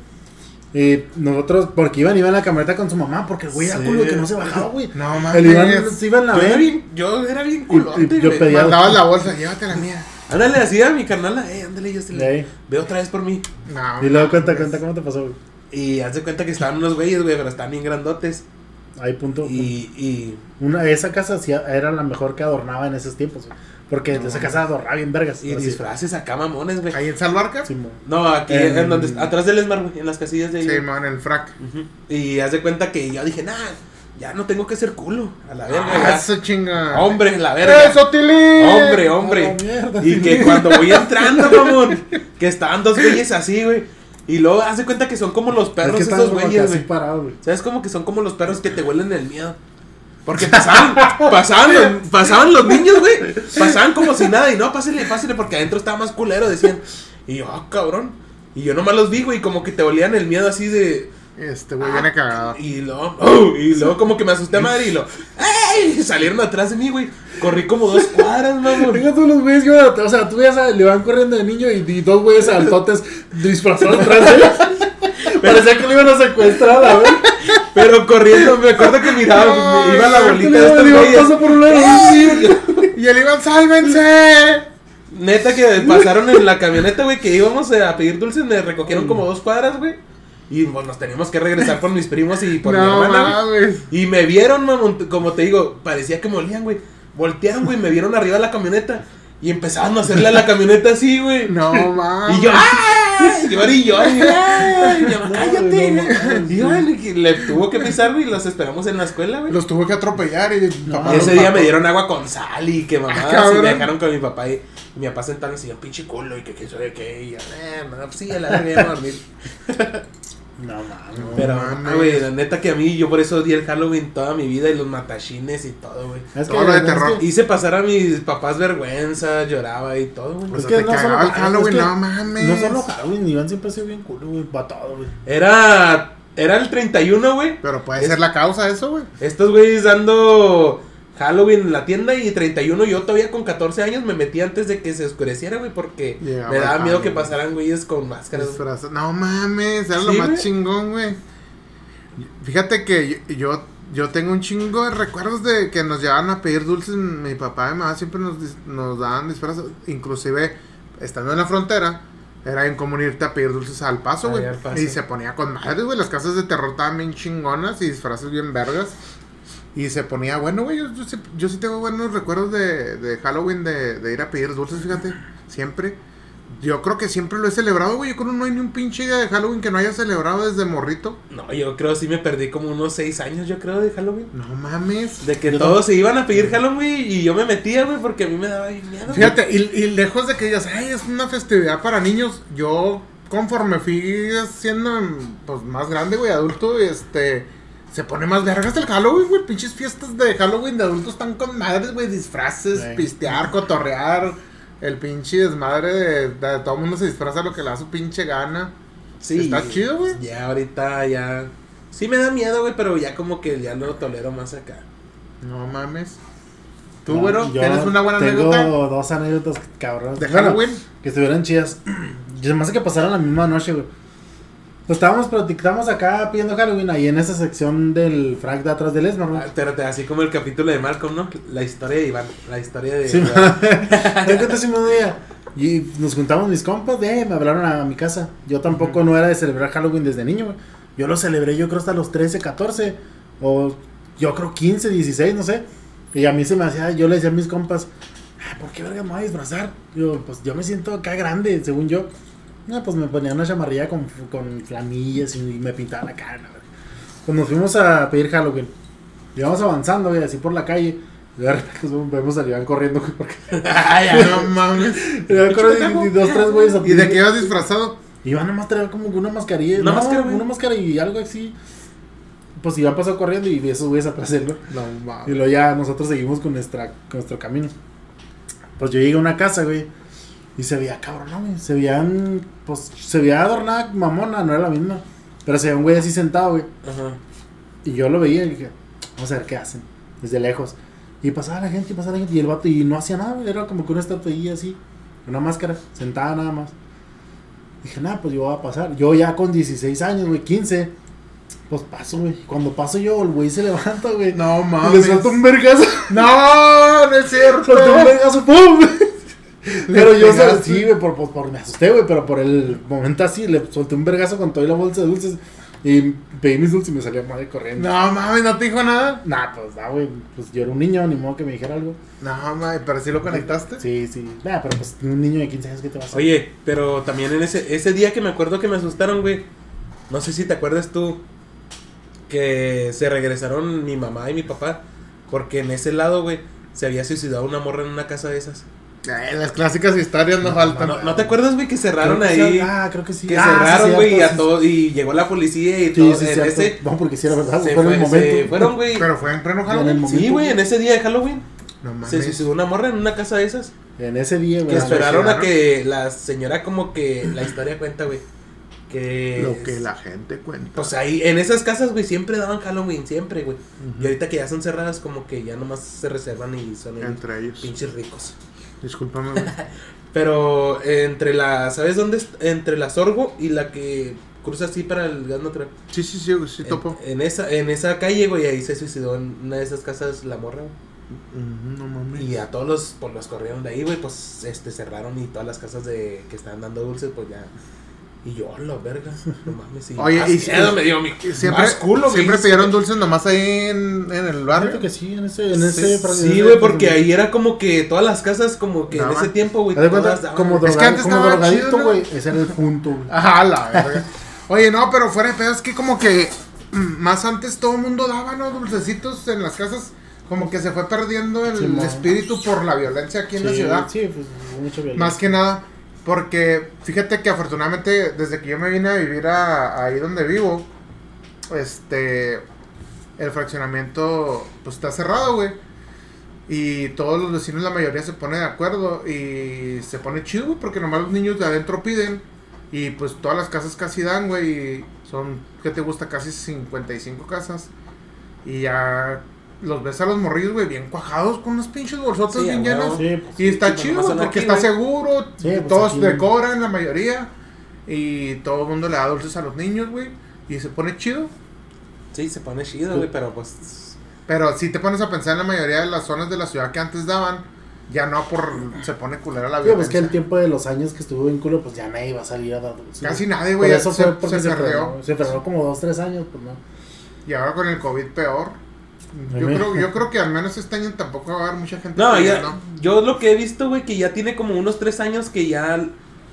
Speaker 4: Y nosotros, porque Iván iba en la camioneta con su mamá, porque el güey era
Speaker 3: Sí.
Speaker 4: culo que no se bajaba, güey.
Speaker 1: No mames.
Speaker 4: el Iván se iba en la
Speaker 3: Yo era
Speaker 4: ver.
Speaker 3: bien, yo era bien culote,
Speaker 4: y yo
Speaker 3: güey.
Speaker 4: pedí-
Speaker 1: Mandabas la bolsa, llévate la mía.
Speaker 3: Ándale, así a mi carnal, eh, ándale, yo se le
Speaker 4: Ey.
Speaker 3: veo otra vez por mí.
Speaker 1: No,
Speaker 3: Ah,
Speaker 4: Y luego
Speaker 1: no,
Speaker 4: cuenta,
Speaker 1: pues,
Speaker 4: cuenta cómo te pasó, güey.
Speaker 3: Y haz de cuenta que estaban unos güeyes, güey, pero estaban bien grandotes.
Speaker 4: Ahí punto.
Speaker 3: Y, y
Speaker 4: Una, esa casa sí era la mejor que adornaba en esos tiempos, güey. Porque esa casa adornaba bien vergas.
Speaker 3: Y
Speaker 4: así.
Speaker 3: disfraces acá, mamones, güey.
Speaker 1: Ahí en Salvarca.
Speaker 4: Sí, mo-
Speaker 3: No, aquí,
Speaker 4: En-
Speaker 3: en donde, atrás del Esmar, güey, en las casillas de ahí.
Speaker 1: Sí,
Speaker 3: güey.
Speaker 1: man, el frac.
Speaker 3: Ujú. Y haz de cuenta que yo dije, nah, ya no tengo que ser culo. A la verga,
Speaker 1: Ah,
Speaker 3: ya.
Speaker 1: Eso chinga.
Speaker 3: Hombre, la verga.
Speaker 1: ¡Eso, Tilly!
Speaker 3: Hombre,
Speaker 4: A
Speaker 3: hombre.
Speaker 4: la mierda,
Speaker 3: Y que cuando voy entrando, mamón, que estaban dos güeyes así, güey. Y luego haz de cuenta que son como los
Speaker 4: Es
Speaker 3: perros
Speaker 4: que
Speaker 3: esos
Speaker 4: estaban como que
Speaker 3: güeyes,
Speaker 4: así
Speaker 3: güey.
Speaker 4: parados, güey.
Speaker 3: ¿Sabes? Como que son como los perros que te huelen el miedo. Porque pasaban, pasaban, los, pasaban los niños, güey. Pasaban como si nada. Y no, pásenle, pásenle, porque adentro estaba más culero, decían. Y yo, ah, cabrón. Y yo nomás los vi, güey, como que te olían el miedo así de.
Speaker 1: Este güey
Speaker 3: Ah.
Speaker 1: viene cagado.
Speaker 3: Y luego, ¡oh! y luego como que me asusté a madre y lo. ¡Ey! Salieron atrás de mí, güey. Corrí como dos cuadras, mamón.
Speaker 4: Deja tú los güeyes que iban atrás, O sea, tú veías a le van corriendo de niño y, y dos güeyes altotes disfrazados atrás de ellos. Parecía que le iban a secuestrar, a ver.
Speaker 3: Pero corriendo, me acuerdo que miraba,
Speaker 1: No,
Speaker 3: iba la
Speaker 1: no
Speaker 3: bolita
Speaker 4: Le iban-
Speaker 3: de estos
Speaker 4: le iban
Speaker 3: güeyes.
Speaker 4: paso por un lado.
Speaker 1: Y el Iván, ¡sálvense!
Speaker 3: Neta que pasaron en la camioneta, güey, que íbamos a pedir dulces, me recogieron como dos cuadras, güey. Y bueno, nos teníamos que regresar por mis primos y por mi
Speaker 1: no
Speaker 3: hermana, güey.
Speaker 1: mames.
Speaker 3: Y me vieron, mamón, t- como te digo, parecía que me olían, güey. Voltearon, güey, me vieron arriba de la camioneta. Y empezaron a hacerle a la camioneta así, güey.
Speaker 1: No mames.
Speaker 3: Y yo, ¡ah! Lloré y lloré. Y yo, cállate.
Speaker 4: no mames.
Speaker 3: Y yo, "Ay, que le tuvo que pisar, güey, y los esperamos en la escuela, güey.
Speaker 1: Los tuve que atropellar y
Speaker 3: Y
Speaker 1: taparon
Speaker 3: ese
Speaker 1: los
Speaker 3: día me
Speaker 1: tacos.
Speaker 3: dieron agua con sal y que mamadas. y
Speaker 1: Ah, cabrón.
Speaker 3: me dejaron con mi papá y, y mi papá sentado y yo, pinche culo, y que quién sabe qué. Y yo, eh, no, pues sí, a la verga, ya me voy a dormir.
Speaker 4: No mames.
Speaker 1: No
Speaker 3: Pero,
Speaker 1: mames.
Speaker 3: ah, güey, la neta que a mí, yo por eso odié el Halloween toda mi vida y los matachines y todo, güey.
Speaker 4: Es
Speaker 1: Todo lo de
Speaker 4: es
Speaker 1: terror.
Speaker 3: Hice pasar a mis papás vergüenza, lloraba y todo, güey.
Speaker 1: O
Speaker 4: Es
Speaker 1: sea,
Speaker 4: que
Speaker 1: te
Speaker 4: no
Speaker 1: cagaba
Speaker 4: solo-
Speaker 1: el Halloween,
Speaker 4: es que
Speaker 1: no mames.
Speaker 4: No solo Halloween, Iván siempre ha sido bien culo, güey, para todo, güey.
Speaker 3: Era, era el 31, güey.
Speaker 1: Pero puede
Speaker 3: Es-
Speaker 1: ser la causa eso, güey.
Speaker 3: Estos güeyes dando Halloween en la tienda y 31. Yo todavía con 14 años me metí antes de que se oscureciera, güey, porque
Speaker 1: Llegaba
Speaker 3: me daba
Speaker 1: el
Speaker 3: miedo que
Speaker 1: Halloween.
Speaker 3: pasaran güeyes con máscaras.
Speaker 1: Disfraza- No mames, era lo
Speaker 3: Sí,
Speaker 1: más
Speaker 3: güey.
Speaker 1: chingón, güey. Fíjate que yo, yo, yo tengo un chingo de recuerdos de que nos llevaban a pedir dulces. Mi papá y mi mamá siempre nos, dis- nos daban disfraces. Inclusive, estando en la frontera, era incomún irte a pedir dulces al paso,
Speaker 3: Ahí
Speaker 1: güey.
Speaker 3: al Paso.
Speaker 1: Y se ponía con madres, güey. Las casas de terror estaban bien chingonas y disfraces bien vergas. Y se ponía bueno, güey. Yo, yo sí, yo sí tengo buenos recuerdos de, de Halloween, de, de ir a pedir dulces, fíjate. Siempre. Yo creo que siempre lo he celebrado, güey. Yo creo que no hay ni un pinche día de Halloween que no haya celebrado desde morrito.
Speaker 3: No, yo creo sí me perdí como unos 6 años, yo creo, de Halloween.
Speaker 1: No mames.
Speaker 3: De que todos se iban a pedir Halloween y yo me metía, güey, porque a mí me daba bien miedo. güey.
Speaker 1: Fíjate, y, y lejos de que digas, ay, es una festividad para niños. Yo, conforme fui siendo pues, más grande, güey, adulto, este. Se pone más vergas el Halloween, güey. Pinches fiestas de Halloween de adultos están con madres, güey. Disfraces,
Speaker 4: Sí.
Speaker 1: pistear, cotorrear. El pinche desmadre de, de- todo el mundo se disfraza lo que le da su pinche gana.
Speaker 3: Sí.
Speaker 1: Está chido, güey.
Speaker 3: Ya ahorita ya. Sí me da miedo, güey, pero ya como que ya lo tolero más acá.
Speaker 1: No mames. Tú,
Speaker 4: No,
Speaker 1: güero,
Speaker 4: yo
Speaker 1: tienes una buena
Speaker 4: tengo
Speaker 1: anécdota
Speaker 4: dos anécdotas, cabrón.
Speaker 1: de
Speaker 4: Bueno,
Speaker 1: Halloween.
Speaker 4: que estuvieran chidas. Y además que pasaron la misma noche, güey. Pues estábamos practicamos acá pidiendo Halloween ahí en esa sección del frac de atrás del Esmar, güey.
Speaker 3: Ah, Espérate, así como el capítulo de Malcolm, ¿no? La historia de Iván. La historia de.
Speaker 4: Sí, me-
Speaker 3: Iván.
Speaker 4: Yo conté así un día. Y nos juntamos mis compas, eh, me hablaron a mi casa. Yo tampoco no era de celebrar Halloween desde niño, güey. Yo lo celebré, yo creo, hasta los 13, 14. O yo creo 15, 16, no sé. Y a mí se me hacía, yo le decía a mis compas, "Ah, ¿por qué verga me voy a disfrazar? Yo, pues yo me siento acá grande, según yo. No, pues me ponía una chamarrilla con, con flamillas y me pintaba la cara. la verga. Pues nos fuimos a pedir Halloween. Y vamos avanzando, güey, así por la calle. Y de repente vemos al Iván corriendo, güey, porque
Speaker 1: Ay, ay, no mames.
Speaker 4: me acuerdo de- de dos, tres güeyes
Speaker 1: ¿Y de qué ibas disfrazado?
Speaker 4: Iban a más traer como que una mascarilla.
Speaker 3: Una
Speaker 4: no,
Speaker 3: máscara, güey.
Speaker 4: Una máscara y algo así. Pues Iván pasó corriendo y esos güeyes atrás de él, ¿no?
Speaker 1: No
Speaker 4: Y
Speaker 1: mames.
Speaker 4: luego ya nosotros seguimos con, nuestra, con nuestro camino. Pues yo llegué a una casa, güey. Y se veía cabrón, ¿no, güey. Se veían. Pues se veía adornada mamona, no era la misma. Pero se veía un güey así sentado, güey.
Speaker 3: Ajá.
Speaker 4: Y yo lo veía y dije, vamos a ver qué hacen, desde lejos. Y pasaba la gente, y pasaba la gente, y el vato, y no hacía nada, güey, era como que una estatuilla así, una máscara, sentada nada más. Dije, nada, pues yo voy a pasar. Yo ya con 16 años, güey, 15, pues paso, güey. Cuando paso yo, el güey se levanta, güey.
Speaker 1: No
Speaker 4: y le suelto un
Speaker 1: mames.
Speaker 4: vergazo,
Speaker 1: No, no es
Speaker 4: suelto un
Speaker 1: cierto.
Speaker 4: vergazo, ¡pum! güey. Pero yo
Speaker 1: pegaste.
Speaker 4: sí, güey, por, pues, por, por- me asusté, güey, pero por el momento así, le solté un vergazo con toda la bolsa de dulces. Y pedí mis dulces y me salía madre corriendo.
Speaker 1: No mames, no te dijo nada.
Speaker 4: Nah, pues nah, güey. Pues yo era un niño, ni modo que me dijera algo.
Speaker 1: No mames, pero sí lo conectaste.
Speaker 4: Sí, sí. Nah, pero pues un niño de 15 años, ¿qué te va a hacer?
Speaker 3: Oye, pero también en ese, ese día que me acuerdo que me asustaron, güey. No sé si te acuerdas tú que se regresaron mi mamá y mi papá. Porque en ese lado, güey, se había suicidado una morra en una casa de esas. Ah,
Speaker 1: Eh, las clásicas historias no, faltan.
Speaker 3: ¿No, no te acuerdas, güey, que cerraron
Speaker 4: Creo que
Speaker 3: ahí?
Speaker 4: sí, Ah, creo que sí.
Speaker 3: que
Speaker 4: Ah, sí,
Speaker 3: cerraron,
Speaker 4: cierto,
Speaker 3: güey, y a
Speaker 4: sí,
Speaker 3: todos. Y llegó la policía y
Speaker 4: Sí,
Speaker 3: todo.
Speaker 4: sí,
Speaker 3: en
Speaker 4: cierto.
Speaker 3: ese.
Speaker 4: No, porque sí era verdad.
Speaker 3: Se,
Speaker 4: Fue en el
Speaker 3: fue- se
Speaker 4: momento.
Speaker 3: fueron, güey.
Speaker 1: Pero fue en pleno
Speaker 4: En el
Speaker 1: Halloween.
Speaker 4: momento,
Speaker 3: Sí, güey, en ese día de Halloween.
Speaker 1: No
Speaker 3: Se
Speaker 1: mames.
Speaker 3: suicidó una morra en una casa de esas.
Speaker 4: En ese día, güey.
Speaker 3: Que
Speaker 1: Ah,
Speaker 3: esperaron a
Speaker 1: ¿no?
Speaker 3: que la señora como que la historia cuenta, güey. Que...
Speaker 1: Lo que la gente cuenta.
Speaker 3: Pues ahí, en esas casas, güey, siempre daban Halloween, siempre, güey. Y ahorita que ya son cerradas, como que ya nomás se reservan y son ahí
Speaker 1: Entre ellos.
Speaker 3: pinches ricos.
Speaker 1: Discúlpame, güey.
Speaker 3: Pero eh, entre la, ¿sabes dónde? es- Entre la Sorgo y la que cruza así para el gas natural.
Speaker 1: Sí,
Speaker 3: Eh,
Speaker 1: sí, sí, güey, sí, topo.
Speaker 3: En, en esa, en esa calle, güey, ahí se suicidó en una de esas casas la morra. güey.
Speaker 1: Mm, No mames.
Speaker 3: Y a todos los, pues los corrieron de ahí, güey, pues este cerraron y todas las casas de que estaban dando dulces, pues ya. Y yo, a la verga, no mames. Y
Speaker 1: Oye,
Speaker 3: más
Speaker 1: y-
Speaker 3: miedo me dio mi
Speaker 1: Siempre,
Speaker 3: más culo, güey.
Speaker 1: siempre pidieron dulces nomás ahí en, en el barrio.
Speaker 4: Siento que sí, en ese. En ese
Speaker 3: Sí, güey, porque ahí era como que todas las casas, como que en
Speaker 1: Daban.
Speaker 3: ese tiempo, güey,
Speaker 4: Haz de
Speaker 3: todas
Speaker 4: cuenta,
Speaker 3: daban.
Speaker 4: como,
Speaker 1: que
Speaker 4: droga,
Speaker 1: antes
Speaker 4: como
Speaker 1: estaba chido,
Speaker 4: drogadicto,
Speaker 1: ¿no?
Speaker 4: güey. Ese era el punto, güey.
Speaker 1: Ajá, la verga. Oye, no, pero fuera de pedo es que como que mm, más antes todo el mundo daba, ¿no? Dulcecitos en las casas. Como que se fue perdiendo el
Speaker 4: Simón.
Speaker 1: espíritu por la violencia aquí en la
Speaker 4: Sí,
Speaker 1: ciudad.
Speaker 4: Sí, pues mucho bien.
Speaker 1: Más que nada, porque fíjate que afortunadamente desde que yo me vine a vivir a, ahí donde vivo, este, el fraccionamiento pues está cerrado, güey. Y todos los vecinos, la mayoría se pone de acuerdo y se pone chido, güey, porque nomás los niños de adentro piden. Y pues todas las casas casi dan, güey. y son, ¿qué te gusta? Casi 55 casas. Y ya los ves a los morrillos, güey, bien cuajados con unos pinches bolsotas
Speaker 3: Sí, a
Speaker 1: bien llenas.
Speaker 3: huevo.
Speaker 4: Sí, pues.
Speaker 1: Y está
Speaker 3: Sí,
Speaker 1: chido
Speaker 3: nomás son
Speaker 1: porque
Speaker 3: aquí,
Speaker 1: está
Speaker 3: güey.
Speaker 1: seguro,
Speaker 4: Sí, pues
Speaker 1: todos
Speaker 4: aquí,
Speaker 1: decoran la mayoría y todo el mundo le da dulces a los niños, güey, y se pone chido.
Speaker 3: Sí, se pone chido, güey, pero pues.
Speaker 1: Pero si te pones a pensar en la mayoría de las zonas de la ciudad que antes daban, ya no por se pone culera la
Speaker 4: Sí, pues que
Speaker 1: violencia.
Speaker 4: el tiempo de los años que estuvo en culo, pues ya nadie iba a salir a dar dulces.
Speaker 1: Casi nadie, güey,
Speaker 4: Por
Speaker 1: ya
Speaker 4: eso
Speaker 1: se-
Speaker 4: fue porque
Speaker 1: se
Speaker 4: se,
Speaker 1: perdió.
Speaker 4: perdió. Se perdió como dos, tres años, pues no.
Speaker 1: Y ahora con el COVID peor. Yo
Speaker 4: Ajá.
Speaker 1: creo, yo creo que al menos este año tampoco va a haber mucha gente
Speaker 3: No, ya,
Speaker 1: pidiendo.
Speaker 3: yo lo que he visto, güey, que ya tiene como unos tres años que ya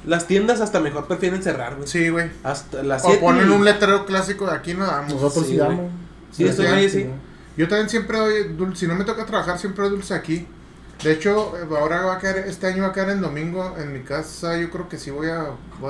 Speaker 3: las tiendas hasta mejor prefieren cerrar, güey.
Speaker 1: Sí, güey.
Speaker 3: Hasta las
Speaker 1: O
Speaker 3: siete
Speaker 1: ponen
Speaker 3: y-
Speaker 1: un letrero clásico de aquí no damos.
Speaker 4: Nosotros
Speaker 3: Sí,
Speaker 4: sí
Speaker 3: güey.
Speaker 4: damos.
Speaker 3: Sí, eso
Speaker 1: ya,
Speaker 3: güey,
Speaker 4: Sí,
Speaker 3: sí.
Speaker 1: Yo también siempre doy dulce, si no me toca trabajar, siempre doy dulce aquí. De hecho, eh, ahora va a caer, este año va a caer en domingo en mi casa, yo creo que sí voy a, voy a